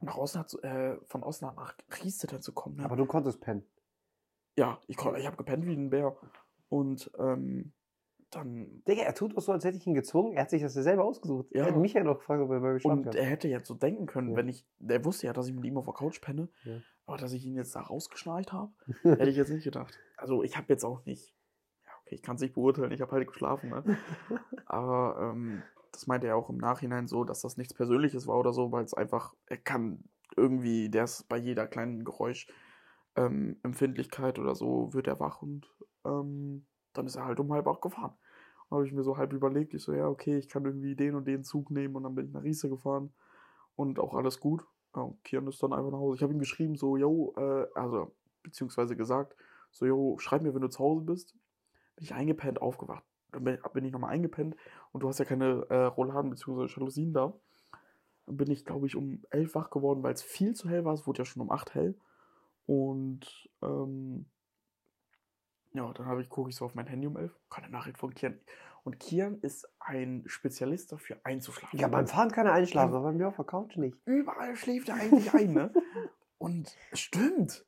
[SPEAKER 1] Nach Osnabrück, zu- äh, von Osnabrück nach Riestetten zu kommen. Ne?
[SPEAKER 2] Aber du konntest pennen.
[SPEAKER 1] Ja, ich, kon- ich habe gepennt wie ein Bär. Und ähm, dann.
[SPEAKER 2] Digga, er tut auch so, als hätte ich ihn gezwungen. Er hat sich das ja selber ausgesucht.
[SPEAKER 1] Ja.
[SPEAKER 2] Er hat mich ja noch gefragt, ob er bei mir schlafen
[SPEAKER 1] Und äh,
[SPEAKER 2] kann.
[SPEAKER 1] er hätte jetzt so denken können,
[SPEAKER 2] Ja.
[SPEAKER 1] wenn ich. Er wusste ja, dass ich mit ihm auf der Couch penne.
[SPEAKER 2] Ja.
[SPEAKER 1] Aber dass ich ihn jetzt da rausgeschnarcht habe, hätte ich jetzt nicht gedacht. Also, ich habe jetzt auch nicht. Ja, okay, ich kann es nicht beurteilen. Ich habe halt geschlafen. Ne? Aber ähm, das meinte er auch im Nachhinein so, dass das nichts Persönliches war oder so, weil es einfach. Er kann irgendwie. Der ist bei jeder kleinen Geräusch. Ähm, Empfindlichkeit oder so, wird er wach und ähm, dann ist er halt um halb acht gefahren. Und habe ich mir so halb überlegt, ich so, ja, okay, ich kann irgendwie den und den Zug nehmen und dann bin ich nach Riese gefahren und auch alles gut. Ja, und Kian ist dann einfach nach Hause. Ich habe ihm geschrieben, so, yo, äh, also, beziehungsweise gesagt, so, yo, schreib mir, wenn du zu Hause bist. Bin ich eingepennt, aufgewacht. Dann bin, bin ich nochmal eingepennt und du hast ja keine äh, Rolladen beziehungsweise Jalousien da. Dann bin ich, glaube ich, um elf wach geworden, weil es viel zu hell war. Es wurde ja schon um acht hell. Und, ähm, ja, dann habe ich, gucke ich so auf mein Handy um elf. Keine Nachricht von Kian. Und Kian ist ein Spezialist dafür, einzuschlafen
[SPEAKER 2] Ja, beim Fahren kann er einschlafen, aber bei mir auf der Couch nicht.
[SPEAKER 1] überall schläft er eigentlich ein, ne? Und stimmt.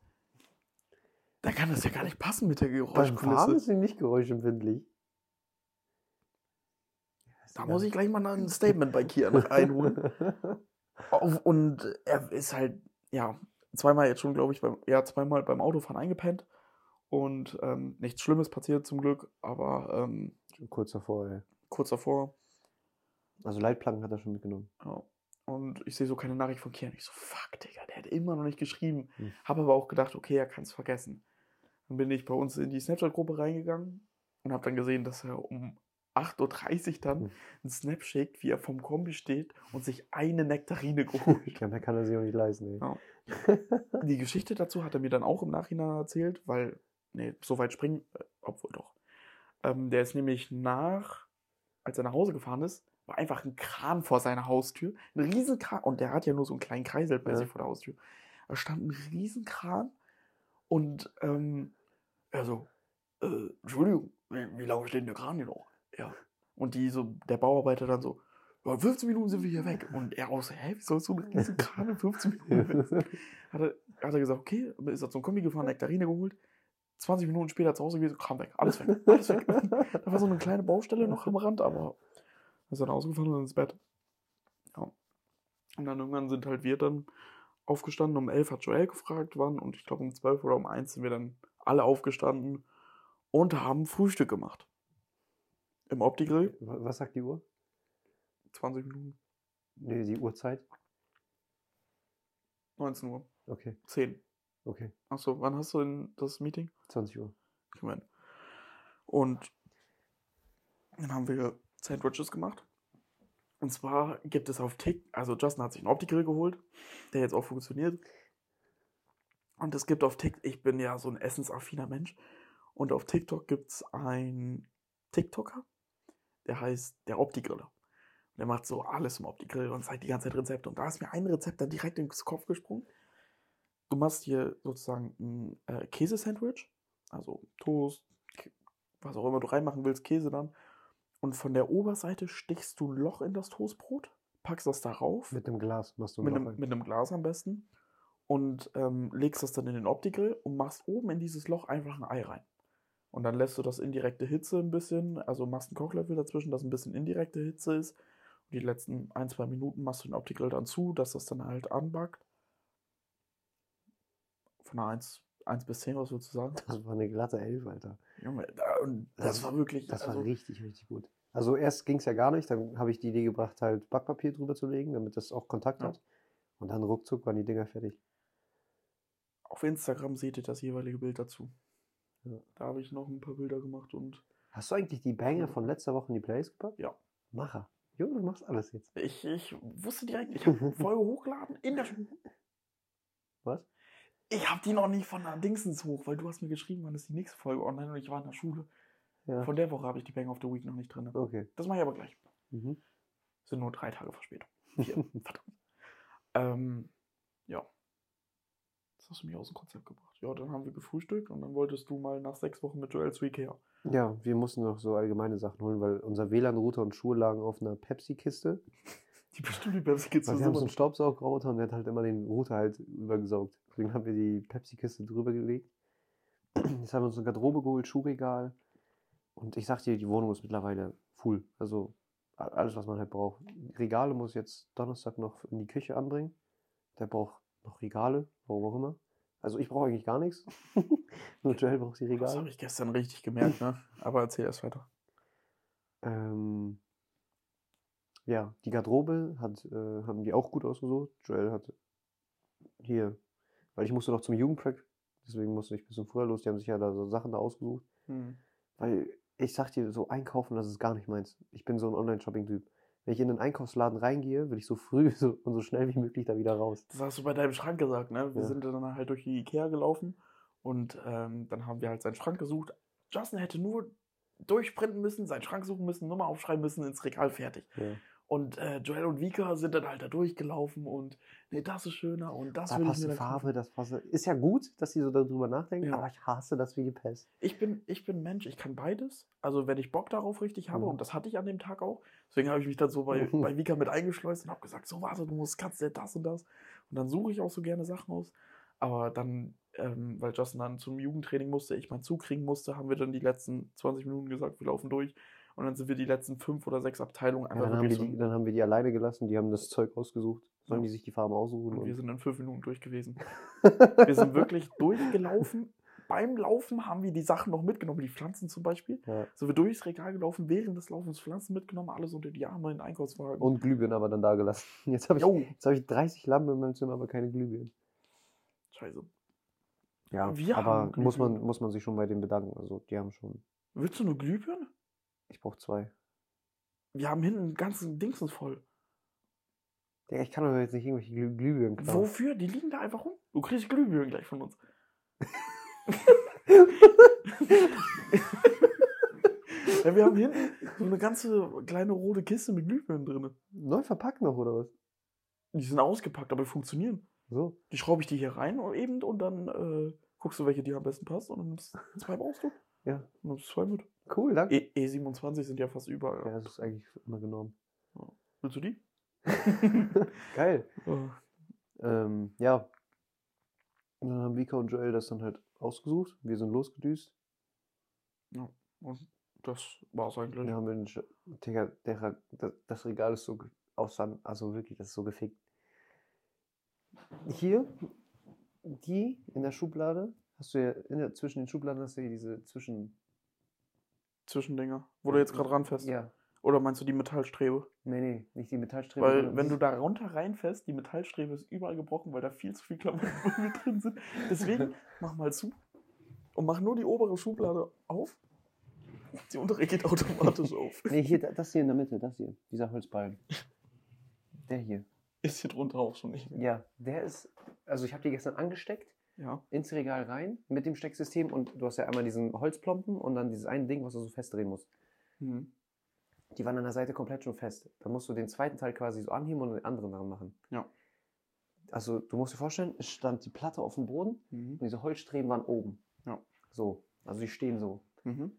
[SPEAKER 1] Da kann das ja gar nicht passen mit der
[SPEAKER 2] Beim Fahren
[SPEAKER 1] Geräuschkulisse.
[SPEAKER 2] ist ihm nicht geräuschempfindlich.
[SPEAKER 1] Da muss ich gleich mal ein Statement bei Kian einholen. Auf, und er ist halt, ja, zweimal jetzt schon, glaube ich, beim, ja, zweimal beim Autofahren eingepennt. Und ähm, nichts Schlimmes passiert zum Glück, aber ähm,
[SPEAKER 2] Schon Kurz davor, ey.
[SPEAKER 1] kurz davor.
[SPEAKER 2] Also Leitplanken hat er schon mitgenommen.
[SPEAKER 1] Ja. Und ich sehe so keine Nachricht von Kian. Ich so, fuck, Digga, der hat immer noch nicht geschrieben.
[SPEAKER 2] Hm.
[SPEAKER 1] Habe aber auch gedacht, okay, er kann es vergessen. Dann bin ich bei uns in die Snapchat-Gruppe reingegangen und habe dann gesehen, dass er um 8.30 Uhr dann
[SPEAKER 2] Hm.
[SPEAKER 1] einen Snap schickt, wie er vom Kombi steht und sich eine Nektarine geholt.
[SPEAKER 2] Ja, mehr kann er sich auch nicht leisten, ey.
[SPEAKER 1] Ja. die Geschichte dazu hat er mir dann auch im Nachhinein erzählt, weil, nee, so weit springen, äh, obwohl doch. Ähm, der ist nämlich nach, als er nach Hause gefahren ist, war einfach ein Kran vor seiner Haustür. Ein Riesenkran. Und der hat ja nur so einen kleinen Kreisel bei
[SPEAKER 2] Ja.
[SPEAKER 1] sich vor der Haustür. Da stand ein Riesenkran und ähm, er so, äh, Entschuldigung, wie, wie lange steht denn der Kran hier noch? Ja. Und die so, der Bauarbeiter dann so, ja, in 15 Minuten sind wir hier weg. Und er auch so, hä, wie sollst du einen Riesenkran in 15 Minuten weg? hat er, hat er gesagt, okay, ist er zum Kombi gefahren, Nektarine geholt. 20 Minuten später zu Hause gewesen, kam weg, alles weg, alles weg. da war so eine kleine Baustelle noch am Rand, aber ist dann ausgefahren und ins Bett. Ja. Und dann irgendwann sind halt wir dann aufgestanden. Um 11 hat Joel gefragt, wann. Und ich glaube, um 12 oder um 1 sind wir dann alle aufgestanden und haben Frühstück gemacht. Im Opti-Grill.
[SPEAKER 2] Wa- Was sagt die Uhr?
[SPEAKER 1] 20 Minuten.
[SPEAKER 2] Nee, die Uhrzeit.
[SPEAKER 1] 19 Uhr.
[SPEAKER 2] Okay,
[SPEAKER 1] 10.
[SPEAKER 2] okay.
[SPEAKER 1] Achso, wann hast du denn das Meeting?
[SPEAKER 2] 20 Uhr.
[SPEAKER 1] Ich meine. Und dann haben wir Sandwiches gemacht. Und zwar gibt es auf Tik, also Justin hat sich einen Opti-Grill geholt, der jetzt auch funktioniert. Und es gibt auf TikTok, ich bin ja so ein essensaffiner Mensch, und auf TikTok gibt es einen TikToker, der heißt der Opti-Griller. Und Der macht so alles im Opti-Grill und zeigt die ganze Zeit Rezepte. Und da ist mir ein Rezept dann direkt ins Kopf gesprungen. Du machst hier sozusagen ein äh, Käsesandwich also Toast, K- was auch immer du reinmachen willst, Käse dann. Und von der Oberseite stichst du ein Loch in das Toastbrot, packst das darauf, mit,
[SPEAKER 2] Mit einem Glas machst du ein
[SPEAKER 1] mit,
[SPEAKER 2] Loch
[SPEAKER 1] einem,
[SPEAKER 2] rein.
[SPEAKER 1] mit einem Glas am besten, und ähm, legst das dann in den Opti-Grill und machst oben in dieses Loch einfach ein Ei rein. Und dann lässt du das indirekte Hitze ein bisschen, also machst einen Kochlöffel dazwischen, dass ein bisschen indirekte Hitze ist. Und die letzten ein, zwei Minuten machst du den Opti-Grill dann zu, dass das dann halt anbackt. Von einer 1, 1 bis 10, was würdest du sagen?
[SPEAKER 2] Das war eine glatte Elf, Alter.
[SPEAKER 1] Junge, da, und das,
[SPEAKER 2] Das-
[SPEAKER 1] war wirklich.
[SPEAKER 2] Ähm, Das
[SPEAKER 1] also,
[SPEAKER 2] war richtig, richtig gut. Also erst ging es ja gar nicht, dann habe ich die Idee gebracht, halt Backpapier drüber zu legen, damit das auch Kontakt
[SPEAKER 1] Ja.
[SPEAKER 2] hat. Und dann ruckzuck waren die Dinger fertig.
[SPEAKER 1] auf Instagram seht ihr das jeweilige Bild dazu.
[SPEAKER 2] Ja.
[SPEAKER 1] Da habe ich noch ein paar Bilder gemacht und
[SPEAKER 2] Hast du eigentlich die Banger von letzter Woche in die Plays gepackt?
[SPEAKER 1] Ja.
[SPEAKER 2] Macher. Jo, du machst alles jetzt.
[SPEAKER 1] ich, ich wusste direkt, ich habe eine Folge hochgeladen in der.
[SPEAKER 2] Was?
[SPEAKER 1] Ich habe die noch nicht von der Dingsens hoch, weil du hast mir geschrieben, wann ist die nächste Folge online und ich war in der Schule.
[SPEAKER 2] Ja.
[SPEAKER 1] Von der Woche habe ich die Bang of the Week noch nicht drin.
[SPEAKER 2] Okay.
[SPEAKER 1] Das mache ich aber gleich.
[SPEAKER 2] Mhm.
[SPEAKER 1] Sind nur drei Tage Verspätung. Vier. Verdammt. Ähm, ja. Das hast du mich aus dem Konzept gebracht. Ja, dann haben wir gefrühstückt und dann wolltest du mal nach sechs Wochen mit Joel zu Ikea.
[SPEAKER 2] Ja, wir mussten noch so allgemeine Sachen holen, weil unser WLAN-Router und Schuhe lagen auf einer Pepsi-Kiste.
[SPEAKER 1] Die bestimmt die Pepsi Kids
[SPEAKER 2] Weil wir haben so einen
[SPEAKER 1] zusammen.
[SPEAKER 2] Staubsaugerroboter und der hat halt immer den Router halt übergesaugt. Deswegen haben wir die Pepsi-Kiste drüber gelegt. Jetzt haben wir uns eine Garderobe geholt, Schuhregal. Und ich sag dir, die Wohnung ist mittlerweile full. Also a- alles, was man halt braucht. Regale muss ich jetzt Donnerstag noch in die Küche anbringen. Der braucht noch Regale, warum auch immer. Also ich brauche eigentlich gar nichts. Nur Joel braucht die
[SPEAKER 1] Das
[SPEAKER 2] Regale.
[SPEAKER 1] habe ich gestern richtig gemerkt, ne? Aber erzähl erst weiter.
[SPEAKER 2] Ähm, ja, die Garderobe hat, äh, haben die auch gut ausgesucht. Joel hat hier, weil ich musste noch zum Jugendprack, deswegen musste ich ein bisschen früher los. Die haben sich ja da so Sachen da ausgesucht. Weil ich sag dir, so einkaufen, das ist gar nicht meins. Ich bin so ein Online-Shopping-Typ. Wenn ich in einen Einkaufsladen reingehe, will ich so früh so, und so schnell wie möglich da wieder raus.
[SPEAKER 1] Das hast du bei deinem Schrank gesagt, ne? Wir
[SPEAKER 2] Ja.
[SPEAKER 1] sind dann halt durch die Ikea gelaufen und ähm, dann haben wir halt seinen Schrank gesucht. Justin hätte nur durchprinten müssen, seinen Schrank suchen müssen, Nummer aufschreiben müssen, ins Regal fertig.
[SPEAKER 2] Ja.
[SPEAKER 1] Und äh, Joel und Vika sind dann halt da durchgelaufen und nee, das ist schöner und das
[SPEAKER 2] Da
[SPEAKER 1] will ich
[SPEAKER 2] passt
[SPEAKER 1] mir dann
[SPEAKER 2] die
[SPEAKER 1] kaufen.
[SPEAKER 2] Farbe, das passt. Ist ja gut, dass die so darüber nachdenken,
[SPEAKER 1] Ja.
[SPEAKER 2] aber ich hasse das wie die Pest.
[SPEAKER 1] Ich bin, ich bin Mensch, ich kann beides. Also wenn ich Bock darauf richtig habe,
[SPEAKER 2] Mhm.
[SPEAKER 1] und das hatte ich an dem Tag auch, deswegen habe ich mich dann so bei,
[SPEAKER 2] Mhm.
[SPEAKER 1] bei Vika mit eingeschleust und habe gesagt, so warte, du musst kannst dir das und das. Und dann suche ich auch so gerne Sachen aus. Aber dann, ähm, weil Justin dann zum Jugendtraining musste, ich meinen Zug kriegen musste, haben wir dann die letzten 20 Minuten gesagt, wir laufen durch. Und dann sind wir die letzten fünf oder sechs Abteilungen
[SPEAKER 2] Ja,
[SPEAKER 1] einfach
[SPEAKER 2] dann, haben wir
[SPEAKER 1] wirklich
[SPEAKER 2] die,
[SPEAKER 1] so.
[SPEAKER 2] dann haben wir die alleine gelassen, die haben das Zeug ausgesucht. Sollen
[SPEAKER 1] Ja.
[SPEAKER 2] die sich die Farben aussuchen?
[SPEAKER 1] Und
[SPEAKER 2] und-
[SPEAKER 1] wir sind in fünf Minuten durch gewesen. Wir sind wirklich durchgelaufen. Beim Laufen haben wir die Sachen noch mitgenommen, die Pflanzen zum Beispiel.
[SPEAKER 2] Ja.
[SPEAKER 1] So wir durchs Regal gelaufen, während des Laufens Pflanzen mitgenommen, alles unter die Arme in den Einkaufswagen.
[SPEAKER 2] Und Glühbirnen aber dann da gelassen. Jetzt habe ich,
[SPEAKER 1] Jo,
[SPEAKER 2] jetzt hab ich 30 Lampen in meinem Zimmer, aber keine Glühbirnen.
[SPEAKER 1] scheiße.
[SPEAKER 2] Ja,
[SPEAKER 1] Wir
[SPEAKER 2] aber
[SPEAKER 1] haben
[SPEAKER 2] muss man
[SPEAKER 1] Glühbirnen.
[SPEAKER 2] muss man sich schon bei denen bedanken. Also die haben schon.
[SPEAKER 1] Willst du nur Glühbirne?
[SPEAKER 2] Ich brauche zwei.
[SPEAKER 1] Wir haben hinten einen ganzen Dingsens voll.
[SPEAKER 2] Digga, ich kann doch jetzt nicht irgendwelche Glüh Glühbirnen klauen.
[SPEAKER 1] Wofür? Die liegen da einfach rum. Du kriegst Glühbirnen gleich von uns. ja, wir haben hinten so eine ganze kleine rote Kiste mit Glühbirnen drin.
[SPEAKER 2] Neu verpackt noch oder was?
[SPEAKER 1] Die sind ausgepackt, aber die funktionieren.
[SPEAKER 2] So.
[SPEAKER 1] Die schraube ich dir hier rein und eben und dann äh, guckst du, welche dir am besten passt und dann nimmst du zwei brauchst du.
[SPEAKER 2] Ja.
[SPEAKER 1] Und nimmst zwei mit.
[SPEAKER 2] Cool, danke.
[SPEAKER 1] E E27 sind ja fast überall.
[SPEAKER 2] Ja, das ist eigentlich immer genormt.
[SPEAKER 1] Willst du die?
[SPEAKER 2] Geil.
[SPEAKER 1] Oh.
[SPEAKER 2] Ähm, ja. Und dann haben Vika und Joel das dann halt ausgesucht. Wir sind losgedüst.
[SPEAKER 1] Und das war's eigentlich.
[SPEAKER 2] Dann haben wir den Sch- Digga, der, Ra- das- das Regal ist so ge- aus Sand, also wirklich, das ist so gefickt. hier, die in der Schublade, hast du ja in der, zwischen den Schubladen hast du hier diese Zwischen.
[SPEAKER 1] Zwischendinger, wo du jetzt gerade ranfährst.
[SPEAKER 2] Ja.
[SPEAKER 1] Oder meinst du die Metallstrebe?
[SPEAKER 2] Nee, nee, nicht die Metallstrebe.
[SPEAKER 1] Weil
[SPEAKER 2] sondern
[SPEAKER 1] wenn
[SPEAKER 2] diese-
[SPEAKER 1] du da runter reinfährst, die Metallstrebe ist überall gebrochen, weil da viel zu viel Klamotten drin sind. Deswegen mach mal zu und mach nur die obere Schublade auf. Die untere geht automatisch auf.
[SPEAKER 2] Nee, hier, da- das hier in der Mitte, das hier. Dieser Holzballen. Der hier.
[SPEAKER 1] Ist hier drunter auch schon nicht. mehr.
[SPEAKER 2] Ja, der ist. Also ich habe die gestern angesteckt,
[SPEAKER 1] Ja.
[SPEAKER 2] ins Regal rein, mit dem Stecksystem und du hast ja einmal diesen Holzplompen und dann dieses eine Ding, was du so festdrehen musst.
[SPEAKER 1] Hm.
[SPEAKER 2] Die waren an der Seite komplett schon fest. Dann musst du den zweiten Teil quasi so anheben und den anderen dran machen.
[SPEAKER 1] Ja.
[SPEAKER 2] Also du musst dir vorstellen, es stand die Platte auf dem Boden
[SPEAKER 1] Mhm.
[SPEAKER 2] und diese Holzstreben waren oben.
[SPEAKER 1] Ja.
[SPEAKER 2] So. Also die stehen so.
[SPEAKER 1] Mhm.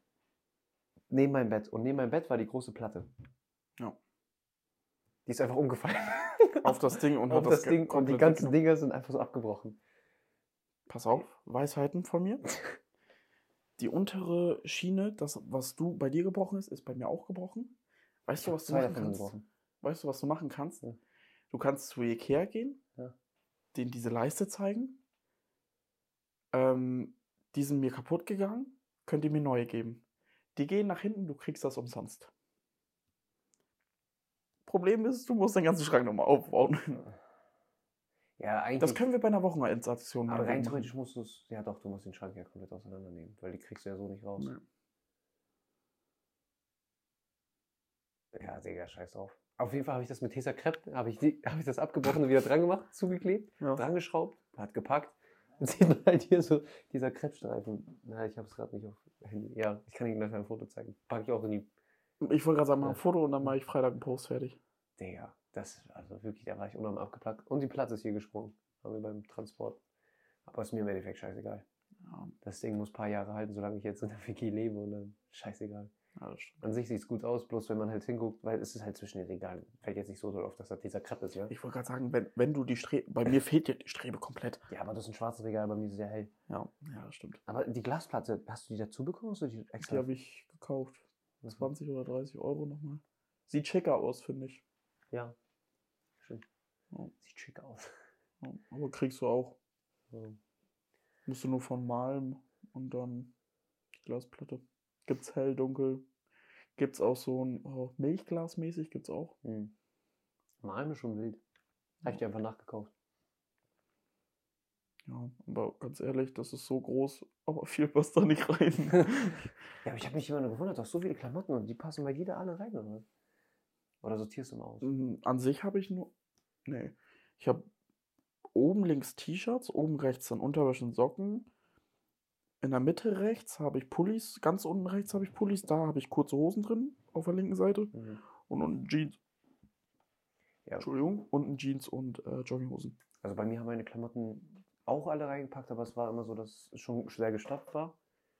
[SPEAKER 2] Neben meinem Bett. Und neben meinem Bett war die große Platte.
[SPEAKER 1] Ja.
[SPEAKER 2] Die ist einfach umgefallen.
[SPEAKER 1] Auf das Ding und
[SPEAKER 2] auf
[SPEAKER 1] hat
[SPEAKER 2] das
[SPEAKER 1] ge-
[SPEAKER 2] Ding und die
[SPEAKER 1] komplett
[SPEAKER 2] ganzen
[SPEAKER 1] weggenommen.
[SPEAKER 2] Dinger sind einfach so abgebrochen.
[SPEAKER 1] Pass auf, Weisheiten von mir. Die untere Schiene, das, was du bei dir gebrochen ist, ist bei mir auch gebrochen. Weißt du, was du
[SPEAKER 2] Zwei
[SPEAKER 1] machen
[SPEAKER 2] davon sind
[SPEAKER 1] kannst?
[SPEAKER 2] gebrochen.
[SPEAKER 1] Weißt du, was du machen kannst?
[SPEAKER 2] Ja.
[SPEAKER 1] Du kannst zu Ikea gehen,
[SPEAKER 2] Ja.
[SPEAKER 1] denen diese Leiste zeigen. Ähm, die sind mir kaputt gegangen, könnt ihr mir neue geben. Die gehen nach hinten, du kriegst das umsonst. Problem ist, du musst den ganzen Schrank nochmal aufbauen.
[SPEAKER 2] Ja, eigentlich.
[SPEAKER 1] Das können wir bei einer Wochenendsaktion
[SPEAKER 2] aber
[SPEAKER 1] mal
[SPEAKER 2] rein
[SPEAKER 1] machen.
[SPEAKER 2] theoretisch musst du es. Ja, doch, du musst den Schrank ja komplett auseinandernehmen, weil die kriegst du ja so nicht raus.
[SPEAKER 1] Nee.
[SPEAKER 2] Ja, Digga, scheiß drauf. Auf jeden Fall habe ich das mit Tesa Crepe, habe ich, die- hab ich das abgebrochen und wieder dran gemacht, zugeklebt,
[SPEAKER 1] Ja.
[SPEAKER 2] dran geschraubt, hat gepackt. Und sieht man halt hier so dieser Crepe-Streifen. Na, ich habe es gerade nicht auf Handy. Ja, ich kann Ihnen gleich ein Foto zeigen. Packe ich auch in die.
[SPEAKER 1] Ich wollte gerade sagen, mach ein
[SPEAKER 2] Ja.
[SPEAKER 1] Foto und dann mache ich Freitag einen Post fertig.
[SPEAKER 2] Digga, das ist also wirklich, da war ich unheimlich abgeplagt. Und die Platte ist hier gesprungen. Haben wir beim Transport. Aber ist mir im Endeffekt scheißegal.
[SPEAKER 1] Ja,
[SPEAKER 2] Das Ding muss ein paar Jahre halten, solange ich jetzt in der WG lebe und dann scheißegal.
[SPEAKER 1] ja, das stimmt.
[SPEAKER 2] An sich sieht es gut aus, bloß wenn man halt hinguckt, weil es ist halt zwischen den Regalen. Fällt jetzt nicht so doll auf, dass da dieser Krepp ist, ja?
[SPEAKER 1] Ich wollte gerade sagen, wenn, wenn du die Strebe. Bei mir fehlt dir die Strebe komplett.
[SPEAKER 2] Ja, aber das ist ein schwarzes Regal, bei mir ist es ja hell.
[SPEAKER 1] Ja, ja, das stimmt.
[SPEAKER 2] Aber die Glasplatte, hast du die dazu bekommen? Hast du die
[SPEAKER 1] Die
[SPEAKER 2] extra?
[SPEAKER 1] habe ich gekauft.
[SPEAKER 2] das
[SPEAKER 1] 20 oder 30 Euro nochmal. Sieht schicker aus, finde ich.
[SPEAKER 2] Ja. Schön.
[SPEAKER 1] Ja.
[SPEAKER 2] Sieht schick aus.
[SPEAKER 1] Ja, aber kriegst du auch.
[SPEAKER 2] So.
[SPEAKER 1] Musst du nur von malen und dann die Glasplatte. Gibt's hell, dunkel. Gibt's auch so ein oh, Milchglasmäßig, gibt's auch.
[SPEAKER 2] Hm. Malen ist schon wild. Habe ich dir einfach nachgekauft.
[SPEAKER 1] Ja, aber ganz ehrlich, das ist so groß, aber viel passt da nicht rein.
[SPEAKER 2] Ja, aber ich habe mich immer nur gewundert, du hast so viele Klamotten und die passen bei jeder alle rein, oder? was? Oder sortierst du mal aus?
[SPEAKER 1] Mm, An sich habe ich nur. Nee. Ich habe oben links T-Shirts, oben rechts dann Unterwäsche und Socken. In der Mitte rechts habe ich Pullis, ganz unten rechts habe ich Pullis, da habe ich kurze Hosen drin auf der linken Seite
[SPEAKER 2] Mhm.
[SPEAKER 1] und unten Jeans.
[SPEAKER 2] Ja.
[SPEAKER 1] Entschuldigung, unten Jeans und äh, Jogginghosen.
[SPEAKER 2] Also bei mir haben meine Klamotten auch alle reingepackt, aber es war immer so, dass es schon sehr gestopft war.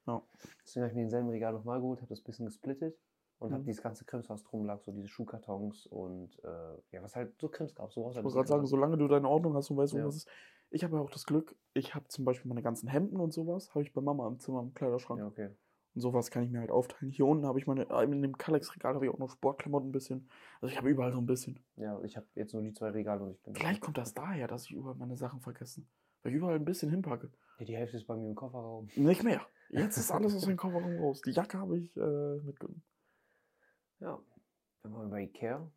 [SPEAKER 1] Ja.
[SPEAKER 2] Deswegen habe ich mir denselben Regal nochmal geholt, habe das bisschen gesplittet und habe
[SPEAKER 1] Mhm.
[SPEAKER 2] dieses ganze Krims, was drum lag, so diese Schuhkartons und äh, ja, was halt so Krims gab. So brauchst du
[SPEAKER 1] Ich
[SPEAKER 2] halt
[SPEAKER 1] wollte gerade sagen,
[SPEAKER 2] ein bisschen
[SPEAKER 1] solange du deine Ordnung hast und weißt, wo
[SPEAKER 2] Ja.
[SPEAKER 1] was ist. Ich habe ja auch das Glück, ich habe zum Beispiel meine ganzen Hemden und sowas, habe ich bei Mama im Zimmer im Kleiderschrank.
[SPEAKER 2] Ordnung. Ja, okay.
[SPEAKER 1] Und sowas kann ich mir halt aufteilen. Hier unten habe ich meine, ah, in dem Kallax-Regal habe ich auch noch Sportklamotten ein bisschen. Also ich habe überall so ein bisschen.
[SPEAKER 2] Ja, ich habe jetzt nur die zwei Regale und ich bin.
[SPEAKER 1] Vielleicht kommt das daher, dass ich überall meine Sachen vergessen. Weil ich überall ein bisschen hinpacke.
[SPEAKER 2] Ja, die Hälfte ist bei mir im Kofferraum.
[SPEAKER 1] Nicht mehr. Jetzt ist alles aus dem Kofferraum raus. Die Jacke habe ich äh, mitgenommen.
[SPEAKER 2] Ja. Dann waren wir bei Ikea.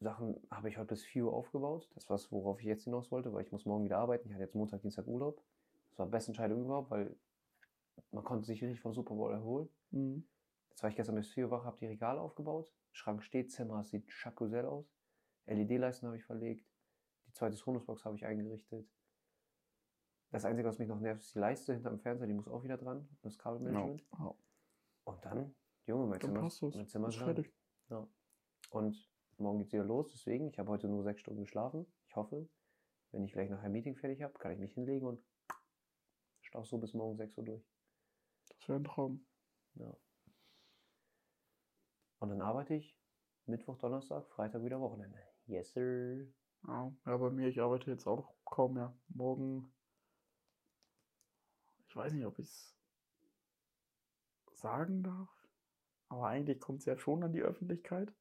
[SPEAKER 2] Sachen habe ich heute bis 4 Uhr aufgebaut. Das war es, worauf ich jetzt hinaus wollte, weil ich muss morgen wieder arbeiten. Ich hatte jetzt Montag, Dienstag Urlaub. Das war die beste Entscheidung überhaupt, weil man konnte sich richtig vom Super Bowl erholen.
[SPEAKER 1] Mhm.
[SPEAKER 2] Jetzt war ich gestern bis 4 Uhr wach, habe die Regale aufgebaut. Schrank steht, Zimmer sieht schackusell aus. LED-Leisten habe ich verlegt. Die zweite Sonosbox habe ich eingerichtet. Das Einzige, was mich noch nervt, ist die Leiste hinterm Fernseher. Die muss auch wieder dran. Das Kabelmanagement.
[SPEAKER 1] Ja.
[SPEAKER 2] Und dann, Junge, mein
[SPEAKER 1] Dann
[SPEAKER 2] Zimmer,
[SPEAKER 1] passt das.
[SPEAKER 2] mein Zimmer
[SPEAKER 1] Ist
[SPEAKER 2] ist dran.
[SPEAKER 1] fertig.
[SPEAKER 2] Ja. Und morgen geht's wieder los, deswegen, ich habe heute nur sechs Stunden geschlafen. Ich hoffe, wenn ich gleich nachher ein Meeting fertig habe, kann ich mich hinlegen und schlafe so bis morgen 6 Uhr durch.
[SPEAKER 1] Das wäre ein Traum.
[SPEAKER 2] Ja. Und dann arbeite ich Mittwoch, Donnerstag, Freitag wieder Wochenende. Yes, sir.
[SPEAKER 1] Ja. ja, bei mir, ich arbeite jetzt auch kaum mehr. Morgen. Ich weiß nicht, ob ich es sagen darf. Aber eigentlich kommt es ja schon an die Öffentlichkeit.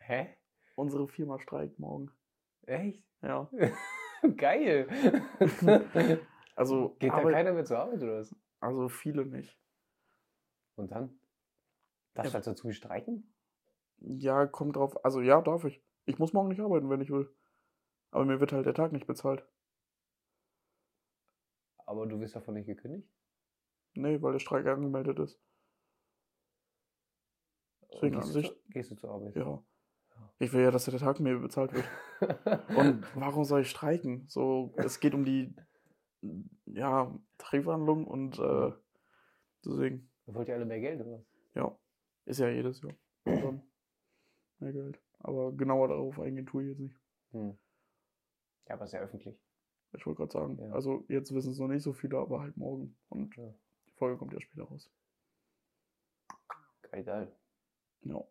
[SPEAKER 2] Hä?
[SPEAKER 1] Unsere Firma streikt morgen.
[SPEAKER 3] Echt?
[SPEAKER 1] Ja.
[SPEAKER 3] Geil.
[SPEAKER 1] Also,
[SPEAKER 3] Hm. Geht da
[SPEAKER 1] Arbeit-
[SPEAKER 3] keiner mehr zur Arbeit oder was?
[SPEAKER 1] also viele nicht.
[SPEAKER 3] Und dann? Darfst du
[SPEAKER 1] Ja.
[SPEAKER 3] halt dazu streiken?
[SPEAKER 1] Ja, kommt drauf. Also ja, darf ich. Ich muss morgen nicht arbeiten, wenn ich will. Aber mir wird halt der Tag nicht bezahlt.
[SPEAKER 3] Aber du wirst davon nicht gekündigt?
[SPEAKER 1] Nee, weil der Streik angemeldet ist. Deswegen
[SPEAKER 3] gehst,
[SPEAKER 1] an
[SPEAKER 3] du,
[SPEAKER 1] sich-
[SPEAKER 3] zu- gehst du zur Arbeit?
[SPEAKER 1] Ja. Ich will ja, dass der Tag mir bezahlt wird. Und warum soll ich streiken? So, es geht um die ja, Tarifverhandlungen und äh, deswegen,
[SPEAKER 3] Wollt ihr alle mehr Geld oder was?
[SPEAKER 1] ja, ist ja jedes Jahr. Und dann mehr Geld. Aber genauer darauf eingehen tue ich jetzt nicht.
[SPEAKER 3] Hm. Ja, aber ist ja öffentlich.
[SPEAKER 1] Ich wollte gerade sagen.
[SPEAKER 3] Ja.
[SPEAKER 1] Also jetzt wissen es noch nicht so viele, aber halt morgen. Und
[SPEAKER 3] Ja.
[SPEAKER 1] die Folge kommt ja später raus.
[SPEAKER 3] Geil, geil.
[SPEAKER 1] Ja.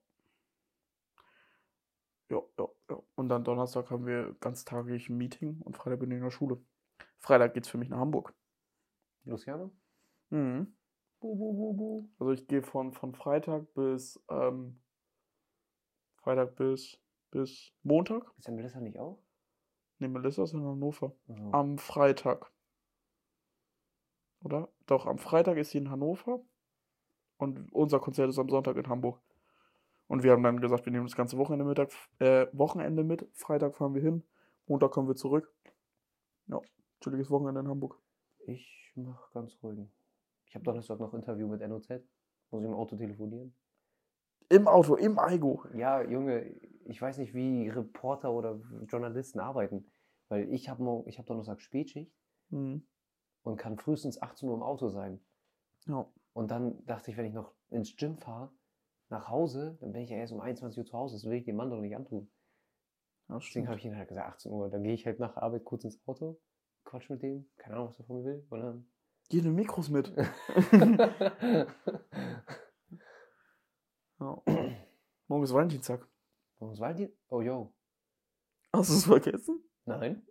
[SPEAKER 1] Ja, ja, ja. Und dann Donnerstag haben wir ganztagig ein Meeting und Freitag bin ich in der Schule. Freitag geht's für mich nach Hamburg.
[SPEAKER 3] Luciano?
[SPEAKER 1] Mhm.
[SPEAKER 3] Bu, bu, bu, bu.
[SPEAKER 1] Also ich gehe von, von Freitag bis ähm, Freitag bis, bis Montag.
[SPEAKER 3] Ist der Melissa nicht auch?
[SPEAKER 1] Ne, Melissa ist in Hannover.
[SPEAKER 3] Also,
[SPEAKER 1] Am Freitag. Oder? Doch, am Freitag ist sie in Hannover und unser Konzert ist am Sonntag in Hamburg. Und wir haben dann gesagt, wir nehmen das ganze Wochenende, Mittag, äh, Wochenende mit. Freitag fahren wir hin, Montag kommen wir zurück. Ja, chilliges Wochenende in Hamburg.
[SPEAKER 3] Ich mach ganz ruhigen. Ich habe Donnerstag noch Interview mit NOZ. Muss ich im Auto telefonieren?
[SPEAKER 1] Im Auto, im Aigo.
[SPEAKER 3] Ja, Junge, ich weiß nicht, wie Reporter oder Journalisten arbeiten. Weil ich habe ich hab Donnerstag Spätschicht
[SPEAKER 1] Mhm.
[SPEAKER 3] und kann frühestens 18 Uhr im Auto sein.
[SPEAKER 1] Ja.
[SPEAKER 3] Und dann dachte ich, wenn ich noch ins Gym fahre, nach Hause, dann bin ich ja erst um 21 Uhr zu Hause. Das will ich dem Mann doch nicht antun.
[SPEAKER 1] ja,
[SPEAKER 3] Deswegen habe
[SPEAKER 1] stimmt.
[SPEAKER 3] ich ihn halt gesagt, 18 Uhr. Dann gehe ich halt nach der Arbeit kurz ins Auto, quatsch mit dem, keine Ahnung, was er von mir will. Und dann
[SPEAKER 1] Geh den Mikros mit. Ja. Morgen ist Valentinstag.
[SPEAKER 3] Warum war die? Oh, yo.
[SPEAKER 1] Hast du es vergessen?
[SPEAKER 3] Nein.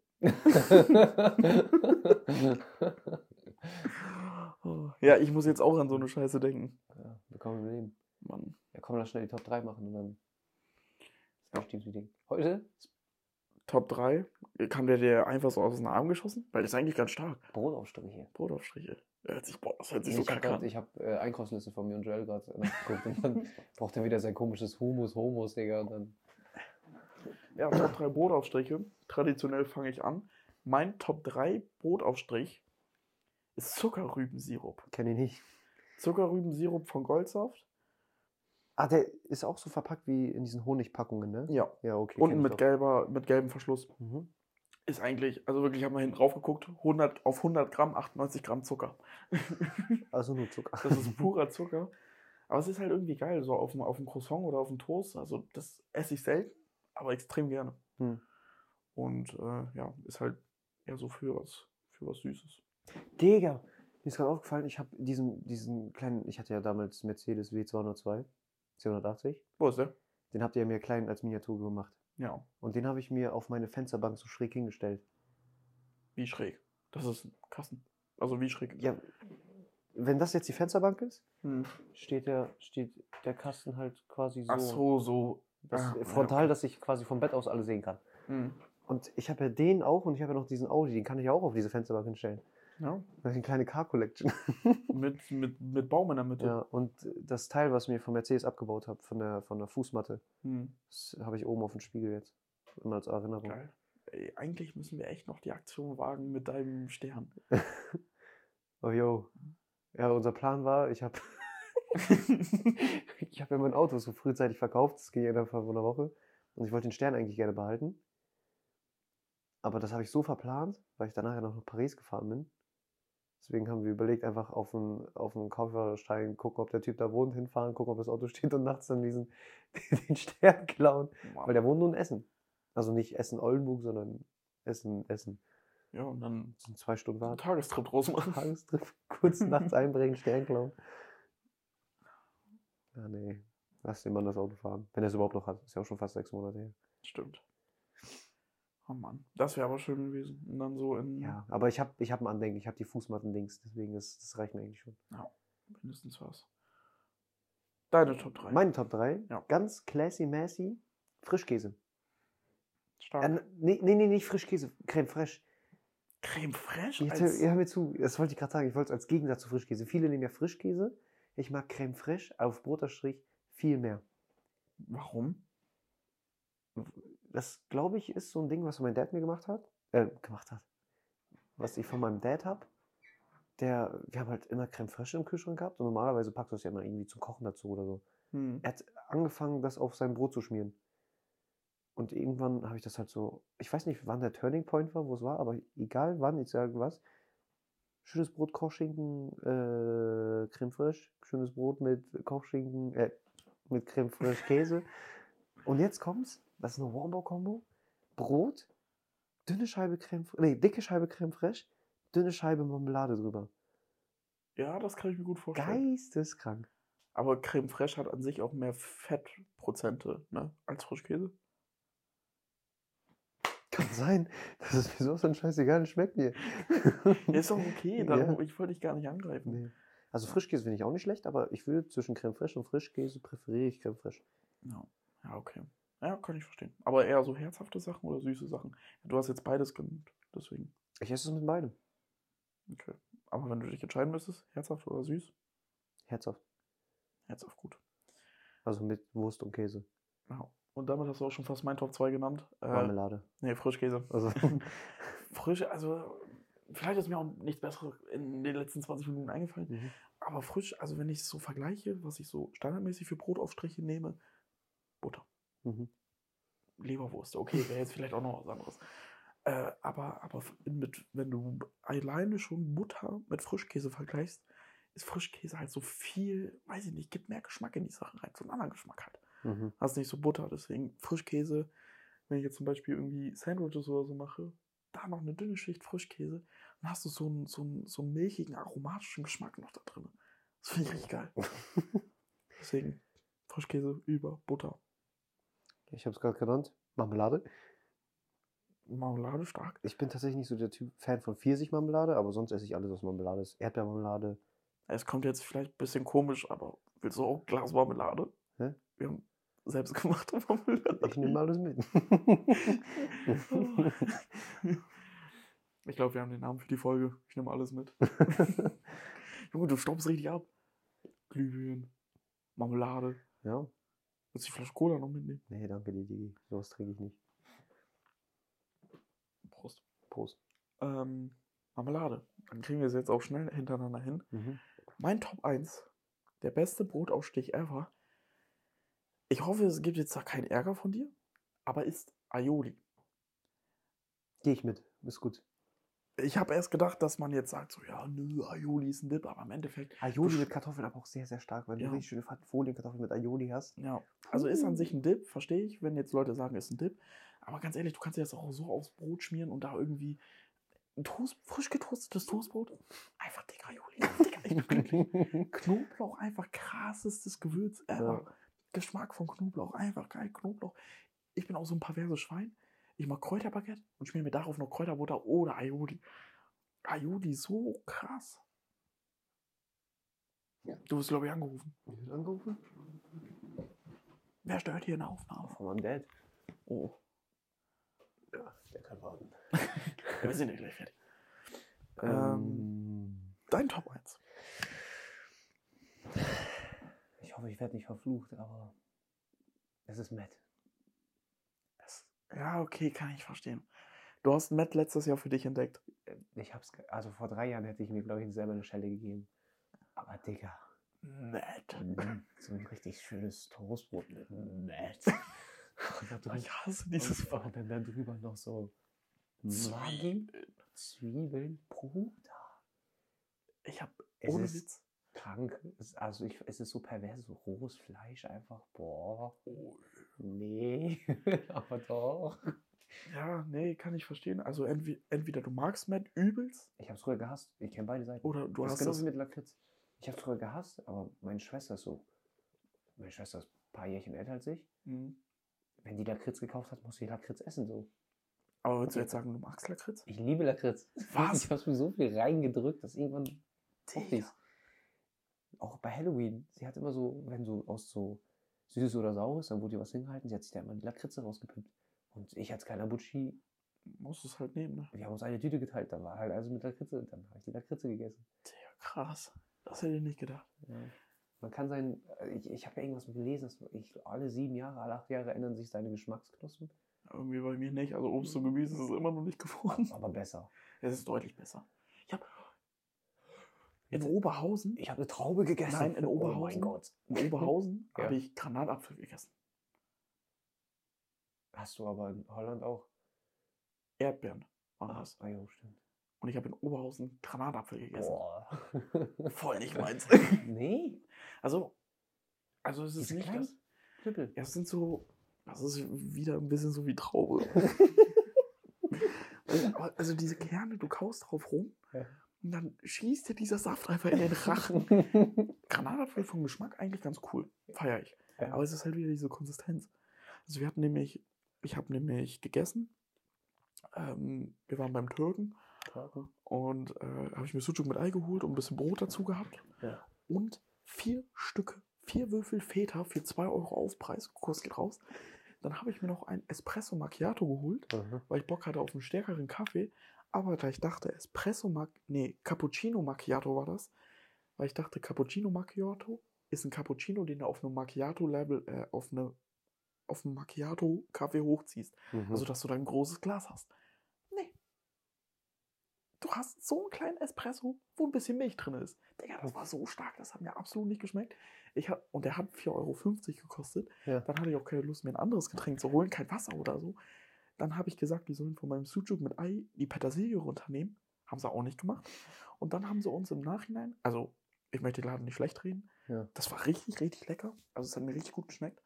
[SPEAKER 1] Oh. Ja, ich muss jetzt auch an so eine Scheiße denken.
[SPEAKER 3] ja, willkommen im Leben.
[SPEAKER 1] Mann.
[SPEAKER 3] Ja, komm, lass schnell die Top 3 machen und dann.
[SPEAKER 1] Ja.
[SPEAKER 3] Das ja. Ding. Heute ist
[SPEAKER 1] Top 3. Kam der dir einfach so aus dem Arm geschossen? Weil das ist eigentlich ganz stark.
[SPEAKER 3] Brotaufstrich hier.
[SPEAKER 1] Brotaufstriche. Hört sich, boah, das hört sich
[SPEAKER 3] Nee,
[SPEAKER 1] so
[SPEAKER 3] ich habe
[SPEAKER 1] kacke
[SPEAKER 3] hab, grad-
[SPEAKER 1] an.
[SPEAKER 3] ich hab, äh, Einkaufsliste von mir und Joel gerade nachgeguckt und dann braucht er wieder sein komisches Humus, Homos, Digga. Und dann,
[SPEAKER 1] Ja, Top 3 Brotaufstriche. Traditionell fange ich an. Mein Top 3 Brotaufstrich ist Zuckerrübensirup.
[SPEAKER 2] Kenne ich nicht.
[SPEAKER 1] Zuckerrübensirup von Goldsaft.
[SPEAKER 2] Ah, der ist auch so verpackt wie in diesen Honigpackungen, ne?
[SPEAKER 1] Ja.
[SPEAKER 2] Ja, okay.
[SPEAKER 1] Unten mit,
[SPEAKER 2] Geld.
[SPEAKER 1] gelber, mit gelbem Verschluss.
[SPEAKER 2] Mhm.
[SPEAKER 1] Ist eigentlich, also wirklich, ich habe mal hinten drauf geguckt, 100, auf 100 Gramm 98 Gramm Zucker.
[SPEAKER 2] Also nur Zucker.
[SPEAKER 1] Das ist purer Zucker. Aber es ist halt irgendwie geil, so auf dem, auf dem Croissant oder auf dem Toast. Also das esse ich selten, aber extrem gerne.
[SPEAKER 2] Hm.
[SPEAKER 1] Und äh, ja, ist halt eher so für was, für was Süßes.
[SPEAKER 2] Digga. Mir ist gerade aufgefallen, ich habe diesen, diesen kleinen, ich hatte ja damals Mercedes W202, 280.
[SPEAKER 1] Wo ist der?
[SPEAKER 2] Den habt ihr mir klein als Miniatur gemacht.
[SPEAKER 1] Ja,
[SPEAKER 2] Und den habe ich mir auf meine Fensterbank so schräg hingestellt.
[SPEAKER 1] wie schräg. Das ist ein Kasten. Also wie schräg.
[SPEAKER 2] Ja, wenn das jetzt die Fensterbank ist,
[SPEAKER 1] Hm.
[SPEAKER 2] steht der, steht der Kasten halt quasi so.
[SPEAKER 1] Ach so, so.
[SPEAKER 2] Das,
[SPEAKER 1] Ah, ja,
[SPEAKER 2] frontal, dass ich quasi vom Bett aus alles sehen kann.
[SPEAKER 1] Hm.
[SPEAKER 2] Und ich habe ja den auch und ich habe ja noch diesen Audi, den kann ich ja auch auf diese Fensterbank hinstellen.
[SPEAKER 1] Ja,
[SPEAKER 2] Das ist eine kleine Car Collection.
[SPEAKER 1] mit, mit, mit Baum in der Mitte.
[SPEAKER 2] Ja, und das Teil, was mir von Mercedes abgebaut habe, von der, von der Fußmatte,
[SPEAKER 1] Hm.
[SPEAKER 2] das habe ich oben auf dem Spiegel jetzt. Immer als Erinnerung.
[SPEAKER 1] Geil. Ey, eigentlich müssen wir echt noch die Aktion wagen mit deinem Stern.
[SPEAKER 2] Oh yo. Ja, unser Plan war, ich habe ich hab ja mein Auto so frühzeitig verkauft, das ging ja innerhalb von einer Woche. Und ich wollte den Stern eigentlich gerne behalten. Aber das habe ich so verplant, weil ich danach ja noch nach Paris gefahren bin. Deswegen haben wir überlegt, einfach auf den, auf den Kaufstein gucken, ob der Typ da wohnt, hinfahren, gucken, ob das Auto steht und nachts dann diesen, den Stern klauen. Weil der wohnt nun in Essen. Also nicht Essen-Oldenburg, sondern Essen-Essen.
[SPEAKER 1] ja, und dann
[SPEAKER 2] Das sind zwei Stunden
[SPEAKER 1] einen
[SPEAKER 2] Fahrt.
[SPEAKER 1] Tagestrip draus machen.
[SPEAKER 2] Tagestrip, kurz nachts einbrechen, Stern klauen. Ja, nee. Lass den Mann das Auto fahren. Wenn er es überhaupt noch hat. Ist ja auch schon fast sechs Monate her.
[SPEAKER 1] Stimmt. Oh Mann, das wäre aber schön gewesen. Und dann so in
[SPEAKER 2] Ja, aber ich habe ich hab ein Andenken. Ich habe die Fußmatten-Dings. Deswegen, das, das reicht mir eigentlich schon.
[SPEAKER 1] mindestens was. Deine Top 3.
[SPEAKER 2] Meine Top 3.
[SPEAKER 1] Ja.
[SPEAKER 2] Ganz classy-massy. Frischkäse.
[SPEAKER 1] Stark.
[SPEAKER 2] Äh, nee, nee, nee, nicht Frischkäse, Creme Fraiche.
[SPEAKER 1] Creme fraiche
[SPEAKER 2] Jetzt,
[SPEAKER 1] als
[SPEAKER 2] hör, hör mir zu, das wollte ich gerade sagen, ich wollte es als Gegensatz zu Frischkäse. Viele nehmen ja Frischkäse. Ich mag Creme Fraiche auf Broterstrich viel mehr.
[SPEAKER 1] Warum?
[SPEAKER 2] Das, glaube ich, ist so ein Ding, was mein Dad mir gemacht hat. Äh, gemacht hat. Was ich von meinem Dad habe. Der, wir haben halt immer Creme Fraiche im Kühlschrank gehabt und normalerweise packst du es ja immer irgendwie zum Kochen dazu oder so.
[SPEAKER 1] Hm.
[SPEAKER 2] Er hat angefangen, das auf sein Brot zu schmieren. Und irgendwann habe ich das halt so, ich weiß nicht, wann der Turning Point war, wo es war, aber egal wann, ich sage was. Schönes Brot, Kochschinken, äh, Creme fraiche, schönes Brot mit Kochschinken, äh, mit Creme fraiche Käse. Und jetzt kommt's, das ist eine Wombo-Kombo. Brot, dünne Scheibe Creme, Fra- nee, dicke Scheibe Creme fraiche, dünne Scheibe Marmelade drüber.
[SPEAKER 1] Ja, das kann ich mir gut vorstellen.
[SPEAKER 2] Geisteskrank.
[SPEAKER 1] Aber Creme fraiche hat an sich auch mehr Fettprozente, ne? Als Frischkäse.
[SPEAKER 2] Kann sein. Das ist mir sowas von scheißegal, das schmeckt mir.
[SPEAKER 1] Ja, ist doch okay, darum,
[SPEAKER 2] Ja.
[SPEAKER 1] ich wollte dich gar nicht angreifen.
[SPEAKER 2] Nee. Also Frischkäse finde ich auch nicht schlecht, aber ich würde zwischen Creme Fraiche und Frischkäse präferiere ich Creme Fraiche.
[SPEAKER 1] Ja. ja, okay. Ja, kann ich verstehen. Aber eher so herzhafte Sachen oder süße Sachen. Du hast jetzt beides genannt, deswegen.
[SPEAKER 2] Ich esse es mit beidem.
[SPEAKER 1] Okay. Aber wenn du dich entscheiden müsstest, herzhaft oder süß,
[SPEAKER 2] Herzhaft.
[SPEAKER 1] herzhaft gut.
[SPEAKER 2] Also mit Wurst und Käse.
[SPEAKER 1] Ja. Und damit hast du auch schon fast meinen Top 2 genannt.
[SPEAKER 2] Ah.
[SPEAKER 1] Äh,
[SPEAKER 2] Marmelade.
[SPEAKER 1] nee, Frischkäse.
[SPEAKER 2] Also,
[SPEAKER 1] Frisch, also vielleicht ist mir auch nichts Besseres in den letzten 20 Minuten eingefallen.
[SPEAKER 2] Mhm.
[SPEAKER 1] Aber frisch, also wenn ich es so vergleiche, was ich so standardmäßig für Brotaufstriche nehme, Butter,
[SPEAKER 2] mhm.
[SPEAKER 1] Leberwurst, okay, wäre jetzt vielleicht auch noch was anderes. Äh, aber aber mit, wenn du alleine schon Butter mit Frischkäse vergleichst, ist Frischkäse halt so viel, weiß ich nicht, gibt mehr Geschmack in die Sache rein, so einen anderen Geschmack halt.
[SPEAKER 2] Mhm.
[SPEAKER 1] hast nicht so Butter. Deswegen Frischkäse, wenn ich jetzt zum Beispiel irgendwie Sandwiches oder so mache, da noch eine dünne Schicht Frischkäse, dann hast du so einen, so einen, so einen milchigen, aromatischen Geschmack noch da drin. Das finde ich richtig geil. Deswegen Frischkäse über Butter.
[SPEAKER 2] Ich habe es gerade genannt. Marmelade.
[SPEAKER 1] Marmelade stark.
[SPEAKER 2] Ich bin tatsächlich nicht so der Typ Fan von Pfirsichmarmelade, aber sonst esse ich alles, was Marmelade ist. Erdbeermarmelade.
[SPEAKER 1] Es kommt jetzt vielleicht ein bisschen komisch, aber willst du auch ein Glas Marmelade?
[SPEAKER 2] Hä?
[SPEAKER 1] Wir haben selbstgemachte Marmelade.
[SPEAKER 2] Ich nehme alles mit.
[SPEAKER 1] Ich glaube, wir haben den Namen für die Folge. Ich nehme alles mit. Junge, du staubst richtig ab. Glühbirnen, Marmelade.
[SPEAKER 2] ja.
[SPEAKER 1] Willst du die Flasche Cola noch mitnehmen?
[SPEAKER 2] Nee, danke dir, Digi. Sowas trinke ich nicht.
[SPEAKER 1] Prost.
[SPEAKER 2] Prost.
[SPEAKER 1] Ähm, Marmelade. Dann kriegen wir es jetzt auch schnell hintereinander hin.
[SPEAKER 2] Mhm.
[SPEAKER 1] Mein Top 1. Der beste Brotaufstich ever. Ich hoffe, es gibt jetzt da keinen Ärger von dir, aber ist Aioli.
[SPEAKER 2] Gehe ich mit. Ist gut.
[SPEAKER 1] Ich habe erst gedacht, dass man jetzt sagt, so, ja, nö, Aioli ist ein Dip, aber im Endeffekt,
[SPEAKER 2] Aioli
[SPEAKER 1] Besch-
[SPEAKER 2] mit Kartoffeln aber auch sehr, sehr stark, weil
[SPEAKER 1] Ja.
[SPEAKER 2] du richtig schöne Folienkartoffeln mit Aioli hast.
[SPEAKER 1] ja. Also ist an sich ein Dip, verstehe ich, wenn jetzt Leute sagen, ist ein Dip. Aber ganz ehrlich, du kannst dir das auch so aufs Brot schmieren und da irgendwie ein Toast, frisch getoastetes Toastbrot. Einfach dick Aioli. Digga, ich bin glücklich. Knoblauch einfach krassestes Gewürz ever. Geschmack von Knoblauch, einfach geil. Knoblauch. Ich bin auch so ein perverses Schwein. Ich mag Kräuterbaguette und schmier mir darauf noch Kräuterbutter oder Aioli. Aioli, so krass. Du wirst, glaube ich, angerufen.
[SPEAKER 2] Ich bin angerufen.
[SPEAKER 1] Wer stört hier in der Aufnahme?
[SPEAKER 2] Von meinem Dad.
[SPEAKER 1] Oh,
[SPEAKER 2] Der kann warten.
[SPEAKER 1] wir sind ja gleich fertig.
[SPEAKER 2] Ähm,
[SPEAKER 1] Dein Top 1.
[SPEAKER 3] Ich hoffe, ich werde nicht verflucht, aber es ist Matt.
[SPEAKER 1] Ja, okay, kann ich verstehen. Du hast Matt letztes Jahr für dich entdeckt.
[SPEAKER 3] Ich hab's, ge- also vor drei Jahren hätte ich mir, glaube ich, selber eine Schelle gegeben. Aber Digga,
[SPEAKER 1] Matt.
[SPEAKER 3] mm, so ein richtig schönes Toastbrot mit Matt. Und da drüber-
[SPEAKER 1] Ich hasse dieses
[SPEAKER 3] und,
[SPEAKER 1] Wort.
[SPEAKER 3] und dann da drüber noch so Zwiebeln,
[SPEAKER 1] Zwiebeln.
[SPEAKER 3] Zwiebeln Bruder.
[SPEAKER 1] Ich hab
[SPEAKER 3] Es
[SPEAKER 1] ohne
[SPEAKER 3] ist
[SPEAKER 1] Witz.
[SPEAKER 3] krank. Es, also ich, es ist so pervers, so rohes Fleisch einfach. Boah,
[SPEAKER 1] Oh,
[SPEAKER 3] nee, aber doch.
[SPEAKER 1] Ja, nee, kann ich verstehen. Also entweder, entweder du magst Matt übelst
[SPEAKER 3] Ich hab's früher gehasst. Ich kenne beide Seiten.
[SPEAKER 1] oder du
[SPEAKER 3] das
[SPEAKER 1] hast
[SPEAKER 3] ist genauso
[SPEAKER 1] das.
[SPEAKER 3] mit Lakritz. Ich habe früher gehasst, aber meine Schwester ist so. Meine Schwester ist ein paar Jährchen älter als ich.
[SPEAKER 1] Mhm.
[SPEAKER 3] Wenn die Lakritz gekauft hat, muss ich Lakritz essen. So.
[SPEAKER 1] Aber würdest du jetzt sagen, du magst Lakritz?
[SPEAKER 3] Ich liebe Lakritz.
[SPEAKER 1] Was?
[SPEAKER 3] Ich habe mir so viel reingedrückt, dass irgendwann mochte
[SPEAKER 1] Digga.
[SPEAKER 3] ich's. Auch bei Halloween. Sie hat immer so, wenn so aus so süß oder saures, dann wurde ihr was hingehalten. Sie hat sich da immer die Lakritze rausgepimpt. Und ich als kleiner Butschi,
[SPEAKER 1] Musst es halt nehmen, ne?
[SPEAKER 3] wir haben uns eine Tüte geteilt, dann war halt also mit Lakritze, dann habe ich die Lakritze gegessen.
[SPEAKER 1] Ja, krass. Das hätte ich nicht gedacht.
[SPEAKER 3] Man kann sein, äh, ich, ich habe ja irgendwas gelesen, dass ich, alle sieben Jahre, alle acht Jahre ändern sich seine Geschmacksknospen,
[SPEAKER 1] Irgendwie bei mir nicht. Also Obst und Gemüse ist es immer noch nicht geworden.
[SPEAKER 3] aber besser.
[SPEAKER 1] Es ist deutlich besser. Ich habe in
[SPEAKER 3] Jetzt-
[SPEAKER 1] Oberhausen,
[SPEAKER 3] Ich habe eine Traube gegessen.
[SPEAKER 1] Nein, in
[SPEAKER 3] Oh
[SPEAKER 1] Oberhausen.
[SPEAKER 3] mein Gott.
[SPEAKER 1] in Oberhausen
[SPEAKER 3] Ja.
[SPEAKER 1] habe ich Granatapfel gegessen.
[SPEAKER 3] Hast du aber in Holland auch.
[SPEAKER 1] Erdbeeren waren das.
[SPEAKER 3] Ah, jo, stimmt.
[SPEAKER 1] Und ich habe in Oberhausen Granatapfel gegessen.
[SPEAKER 3] Boah.
[SPEAKER 1] Voll nicht meins.
[SPEAKER 3] nee.
[SPEAKER 1] Also, also es ist
[SPEAKER 3] Diese
[SPEAKER 1] nicht
[SPEAKER 3] kleinen
[SPEAKER 1] das.
[SPEAKER 3] Knüppel.
[SPEAKER 1] Ja, es sind so. Das ist wieder ein bisschen so wie Traube. Aber also diese Kerne, du kaust drauf rum
[SPEAKER 3] Ja.
[SPEAKER 1] und dann schießt dir dieser Saft einfach in den Rachen. Granatapfel vom Geschmack eigentlich ganz cool. Feier ich.
[SPEAKER 3] Ja.
[SPEAKER 1] Aber es ist halt wieder diese Konsistenz. Also wir hatten nämlich, ich habe nämlich gegessen. Ähm, wir waren beim Türken und äh, habe ich mir Sucuk mit Ei geholt und ein bisschen Brot dazu gehabt.
[SPEAKER 3] Ja.
[SPEAKER 1] Und vier Stücke, vier Würfel Feta für 2 Euro Aufpreis, Kurs geht raus. Dann habe ich mir noch ein Espresso Macchiato geholt,
[SPEAKER 2] Also
[SPEAKER 3] Mhm.
[SPEAKER 1] weil ich Bock hatte auf einen stärkeren Kaffee. Aber da ich dachte, Espresso Mac, nee, Cappuccino Macchiato war das, weil ich dachte, Cappuccino Macchiato ist ein Cappuccino, den du auf einem Macchiato-Level, äh, auf eine, auf einen Macchiato-Kaffee hochziehst.
[SPEAKER 2] Mhm.
[SPEAKER 1] Also, dass du dann ein großes Glas hast. Nee. Du hast so einen kleinen Espresso, wo ein bisschen Milch drin ist. Digga, das war so stark, das hat mir absolut nicht geschmeckt. Ich hab, und der hat 4,50 Euro gekostet.
[SPEAKER 3] Ja.
[SPEAKER 1] Dann hatte ich auch keine Lust, mir ein anderes Getränk zu holen, kein Wasser oder so. Dann habe ich gesagt, die sollen von meinem Sucuk mit Ei die Petersilie runternehmen. Haben sie auch nicht gemacht. Und dann haben sie uns im Nachhinein, also ich möchte den Laden nicht schlecht reden,
[SPEAKER 3] Ja.
[SPEAKER 1] das war richtig, richtig lecker. Also es hat mir richtig gut geschmeckt.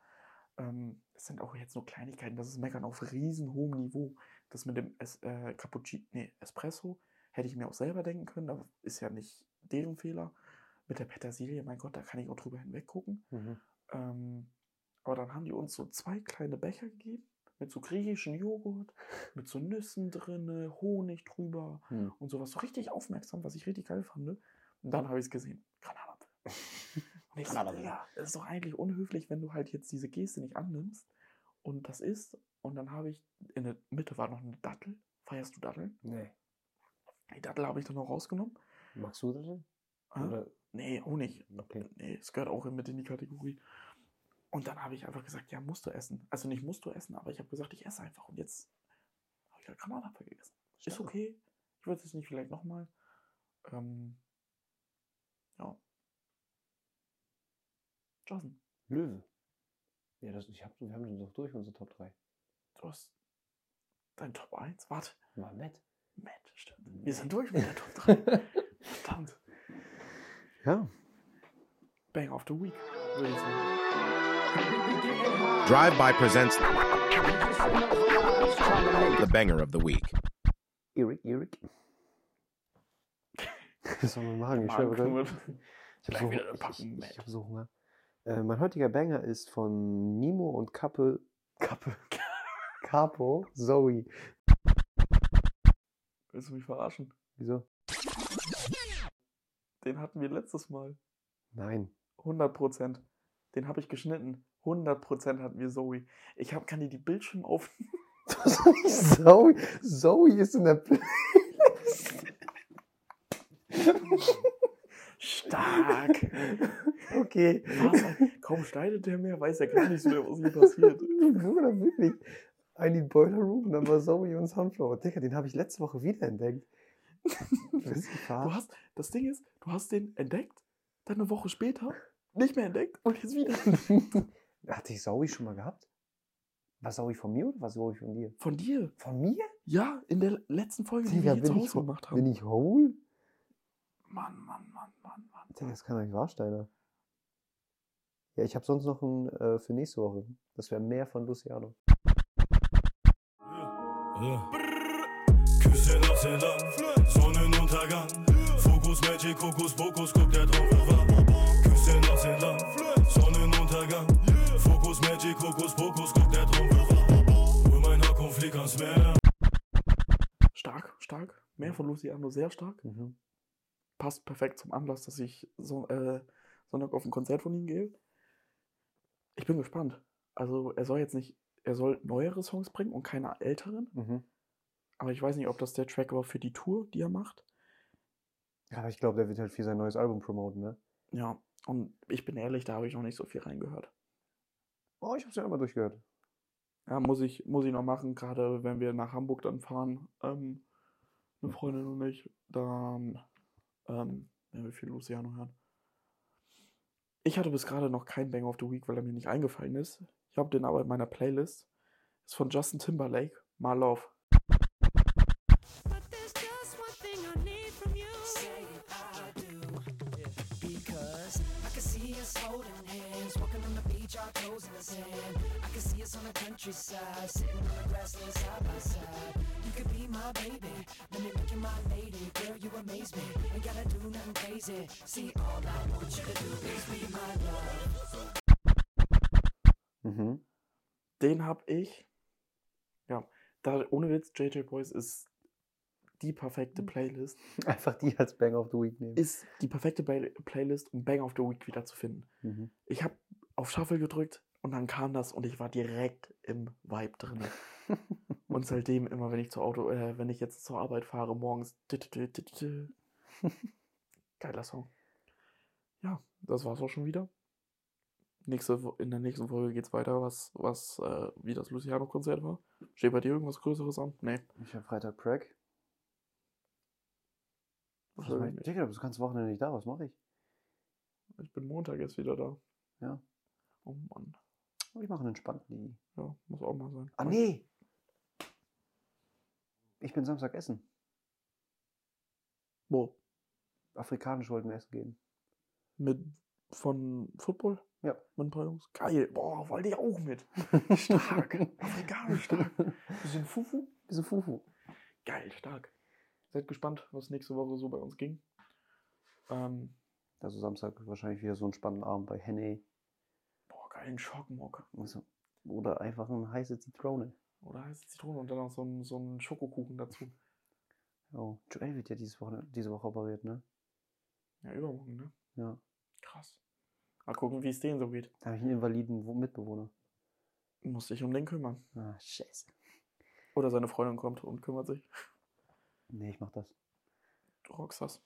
[SPEAKER 1] Ähm, es sind auch jetzt nur Kleinigkeiten, das ist Meckern auf riesenhohem Niveau. Das mit dem es äh, Cappuccino, nee, Espresso hätte ich mir auch selber denken können, aber ist ja nicht deren Fehler. Mit der Petersilie, mein Gott, da kann ich auch drüber hinweggucken.
[SPEAKER 3] Mhm.
[SPEAKER 1] Ähm, aber dann haben die uns so zwei kleine Becher gegeben mit so griechischem Joghurt, mit so Nüssen drin, Honig drüber
[SPEAKER 2] Mhm.
[SPEAKER 3] Hm.
[SPEAKER 1] und sowas. So richtig aufmerksam, was ich richtig geil fand. ne? Und dann habe ich es gesehen. Granatapfel. Und ich so,
[SPEAKER 3] Granatapfel.
[SPEAKER 1] ja, das ist doch eigentlich unhöflich, wenn du halt jetzt diese Geste nicht annimmst und das isst. Und dann habe ich, in der Mitte war noch eine Dattel. Feierst du Datteln?
[SPEAKER 3] Nee.
[SPEAKER 1] Die Dattel habe ich dann noch rausgenommen.
[SPEAKER 3] Magst du das denn?
[SPEAKER 1] Hä?
[SPEAKER 3] Oder?
[SPEAKER 1] Nee, Honig.
[SPEAKER 3] Okay.
[SPEAKER 1] Nee, es gehört auch mit in die Kategorie. Und dann habe ich einfach gesagt, ja, musst du essen. Also nicht musst du essen, aber ich habe gesagt, ich esse einfach. Und jetzt habe ich halt Granatapfel gegessen. Ist okay. Ich würde es nicht vielleicht nochmal. Ähm, ja. Jason,
[SPEAKER 3] Löwe. Ja, das, ich hab, wir haben schon doch durch unsere Top 3.
[SPEAKER 1] du hast dein Top 1. Warte,
[SPEAKER 3] War nett.
[SPEAKER 1] Matt, stimmt. Wir sind durch mit der Top 3. Verdammt.
[SPEAKER 2] Ja.
[SPEAKER 1] Bang of the Week, würde ich sagen.
[SPEAKER 4] Drive By presents the banger of the week.
[SPEAKER 3] Erik, Erik.
[SPEAKER 2] Das war mein Magen. Ich, schwöre,
[SPEAKER 1] Magenknurren.
[SPEAKER 2] ich
[SPEAKER 1] Gleich
[SPEAKER 2] habe
[SPEAKER 1] wieder eine
[SPEAKER 2] so,
[SPEAKER 1] Packung,
[SPEAKER 2] ich,
[SPEAKER 1] Matt.
[SPEAKER 2] ich hab so Hunger. Äh, mein heutiger Banger ist von Nimo und Kappe. Kappe. Capo Zoe.
[SPEAKER 1] Willst du mich verarschen?
[SPEAKER 2] Wieso?
[SPEAKER 1] Den hatten wir letztes Mal.
[SPEAKER 2] Nein.
[SPEAKER 1] 100 Prozent. Den habe ich geschnitten. 100 Prozent hatten wir Zoe. Ich hab, kann dir die Bildschirm auf.
[SPEAKER 2] Zoe, Zoe ist in der Pl
[SPEAKER 1] Stark.
[SPEAKER 2] Okay.
[SPEAKER 1] Was? Kaum schneidet der mehr, weiß er gar nicht so mehr, was hier passiert.
[SPEAKER 2] Bruder, wirklich. I need Boiler Room, dann war Zoe und Sunflower. Digga, den habe ich letzte Woche wieder entdeckt. Bist du
[SPEAKER 1] Du
[SPEAKER 2] verarscht?
[SPEAKER 1] hast, das Ding ist, du hast den entdeckt, dann eine Woche später nicht mehr entdeckt und jetzt wieder.
[SPEAKER 3] Hatte ich Zoe schon mal gehabt? War Zoe von mir oder war Zoe von dir?
[SPEAKER 1] Von dir.
[SPEAKER 3] Von mir?
[SPEAKER 1] Ja, in der letzten Folge, die
[SPEAKER 2] Digga,
[SPEAKER 1] wir hier zu
[SPEAKER 2] bin ich
[SPEAKER 1] Hause
[SPEAKER 2] von-
[SPEAKER 1] gemacht haben.
[SPEAKER 2] Bin ich whole?
[SPEAKER 1] Mann, Mann, Mann, Mann, Mann.
[SPEAKER 2] Digga, das kann doch nicht wahr sein. Alter. Ja, ich habe sonst noch einen äh, für nächste Woche. Das wäre mehr von Luciano.
[SPEAKER 5] Küsse nach Sedan, Sonnenuntergang. Fokus Magic, Kokos, Fokus, guckt der drauf, wo war. Küsse nach Sedan, Sonnenuntergang. Fokus Magic, Kokos, Fokus, guckt der drauf, wo war. Hol mein Hack und flieg ans Meer.
[SPEAKER 1] Stark, stark. Mehr von Luciano, sehr stark.
[SPEAKER 2] Mhm.
[SPEAKER 1] passt perfekt zum Anlass, dass ich so, äh, Sonntag auf ein Konzert von ihm gehe. Ich bin gespannt. Also er soll jetzt nicht er soll neuere Songs bringen und keine älteren.
[SPEAKER 2] Mhm.
[SPEAKER 1] Aber ich weiß nicht, ob das der Track war für die Tour, die er macht.
[SPEAKER 2] Ja, aber ich glaube, der wird halt viel sein neues Album promoten, ne?
[SPEAKER 1] Ja, und ich bin ehrlich, da habe ich noch nicht so viel reingehört.
[SPEAKER 2] Oh, ich hab's ja einmal durchgehört.
[SPEAKER 1] Ja, muss ich, muss ich noch machen, gerade wenn wir nach Hamburg dann fahren. Ähm, eine Freundin und ich, dann ähm, werden wir viel Luciano hören. Ich hatte bis gerade noch keinen Bang of the Week, weil er mir nicht eingefallen ist. Ich habe den aber in meiner Playlist. Ist von Justin Timberlake, My Love.
[SPEAKER 6] But there's just one thing I need from you. Say I do. Because I can see us holding hands, walking on the beach, our toes in the sand. I can see us on the countryside, sitting on the grassland side by side. You could be my baby, let me make you my lady. Girl, you amaze me. Ain't gotta do nothing crazy. See, all I want you to do is be my love.
[SPEAKER 2] Mhm.
[SPEAKER 1] Den habe ich. Ja, da, ohne Witz, JJ Boys ist die perfekte Playlist.
[SPEAKER 2] Einfach die als Bang of the Week nehmen.
[SPEAKER 1] Ist die perfekte Play Playlist, um Bang of the Week wiederzufinden.
[SPEAKER 2] Mhm.
[SPEAKER 1] ich habe auf Shuffle gedrückt und dann kam das und ich war direkt im Vibe drin. und seitdem immer, wenn ich zur Auto, äh, wenn ich jetzt zur Arbeit fahre, morgens. tü- tü- tü- tü- tü. Geiler Song. Ja, das war's auch schon wieder. Nächste, Wo- in der nächsten Folge geht's weiter, was, was, äh, wie das Luciano-Konzert war. Steht bei dir irgendwas Größeres an? Nee.
[SPEAKER 2] Ich hab Freitag Prag.
[SPEAKER 1] Was
[SPEAKER 2] Was
[SPEAKER 1] soll
[SPEAKER 2] mein,
[SPEAKER 1] ich-
[SPEAKER 2] Digga, du bist das ganze Wochenende nicht da, was mache ich?
[SPEAKER 1] Ich bin Montag jetzt wieder da.
[SPEAKER 2] Ja.
[SPEAKER 1] Oh Mann.
[SPEAKER 2] Ich mache einen entspannten Digi.
[SPEAKER 1] Ja, muss auch mal sein.
[SPEAKER 2] Ah, nee! Ich bin Samstag essen.
[SPEAKER 1] Wo?
[SPEAKER 2] Afrikanisch wollten wir essen gehen.
[SPEAKER 1] Mit von Football?
[SPEAKER 2] Ja.
[SPEAKER 1] Mit ein paar Jungs. Geil. Boah, wollte ich auch mit.
[SPEAKER 2] stark.
[SPEAKER 1] Afrikanisch stark. Bisschen Fufu.
[SPEAKER 2] Bisschen Fufu.
[SPEAKER 1] Geil, stark. Seid gespannt, was nächste Woche so bei uns ging. Ähm,
[SPEAKER 2] Also Samstag wahrscheinlich wieder so einen spannenden Abend bei Henne.
[SPEAKER 1] boah, geilen Schockmock.
[SPEAKER 2] Also, oder einfach eine heiße Zitrone.
[SPEAKER 1] Oder heiße Zitrone und dann noch so ein, so ein Schokokuchen dazu.
[SPEAKER 2] Oh, Joel wird ja dieses Woche, diese Woche operiert, ne?
[SPEAKER 1] Ja, übermorgen, ne?
[SPEAKER 2] Ja.
[SPEAKER 1] Krass. Mal gucken, wie es denen so geht.
[SPEAKER 2] Da habe ich einen invaliden Wo- Mitbewohner.
[SPEAKER 1] Muss sich um den kümmern.
[SPEAKER 2] Ah, scheiße.
[SPEAKER 1] Oder seine Freundin kommt und kümmert sich.
[SPEAKER 2] Nee, ich mach das.
[SPEAKER 1] Du rockst das.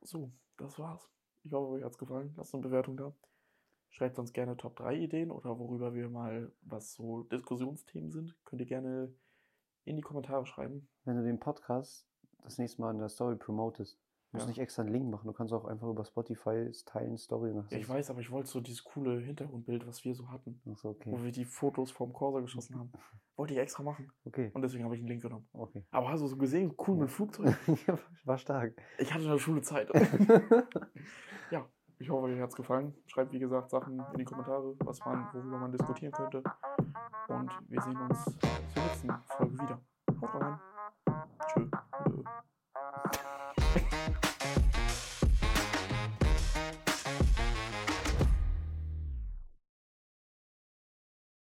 [SPEAKER 1] So, das war's. Ich hoffe, euch hat's gefallen. Lasst eine Bewertung da. Schreibt uns gerne Top 3 Ideen oder worüber wir mal, was so Diskussionsthemen sind, könnt ihr gerne in die Kommentare schreiben.
[SPEAKER 2] Wenn du den Podcast das nächste Mal in der Story promotest, musst
[SPEAKER 1] Ja.
[SPEAKER 2] du nicht extra einen Link machen. Du kannst auch einfach über Spotify teilen, Story und
[SPEAKER 1] Ja, ich weiß, aber ich wollte so dieses coole Hintergrundbild, was wir so hatten,
[SPEAKER 2] Achso,
[SPEAKER 1] wo
[SPEAKER 2] okay.
[SPEAKER 1] wir die Fotos vom Corsa geschossen haben, wollte ich extra machen.
[SPEAKER 2] Okay,
[SPEAKER 1] Und deswegen habe ich einen Link genommen.
[SPEAKER 2] okay.
[SPEAKER 1] Aber hast du so gesehen, cool mit Flugzeug?
[SPEAKER 2] Ja, War stark.
[SPEAKER 1] Ich hatte in der Schule Zeit. ja, ich hoffe, euch hat's gefallen. Schreibt, wie gesagt, Sachen in die Kommentare, was man, worüber man diskutieren könnte. Und wir sehen uns zur nächsten Folge wieder. Haut rein.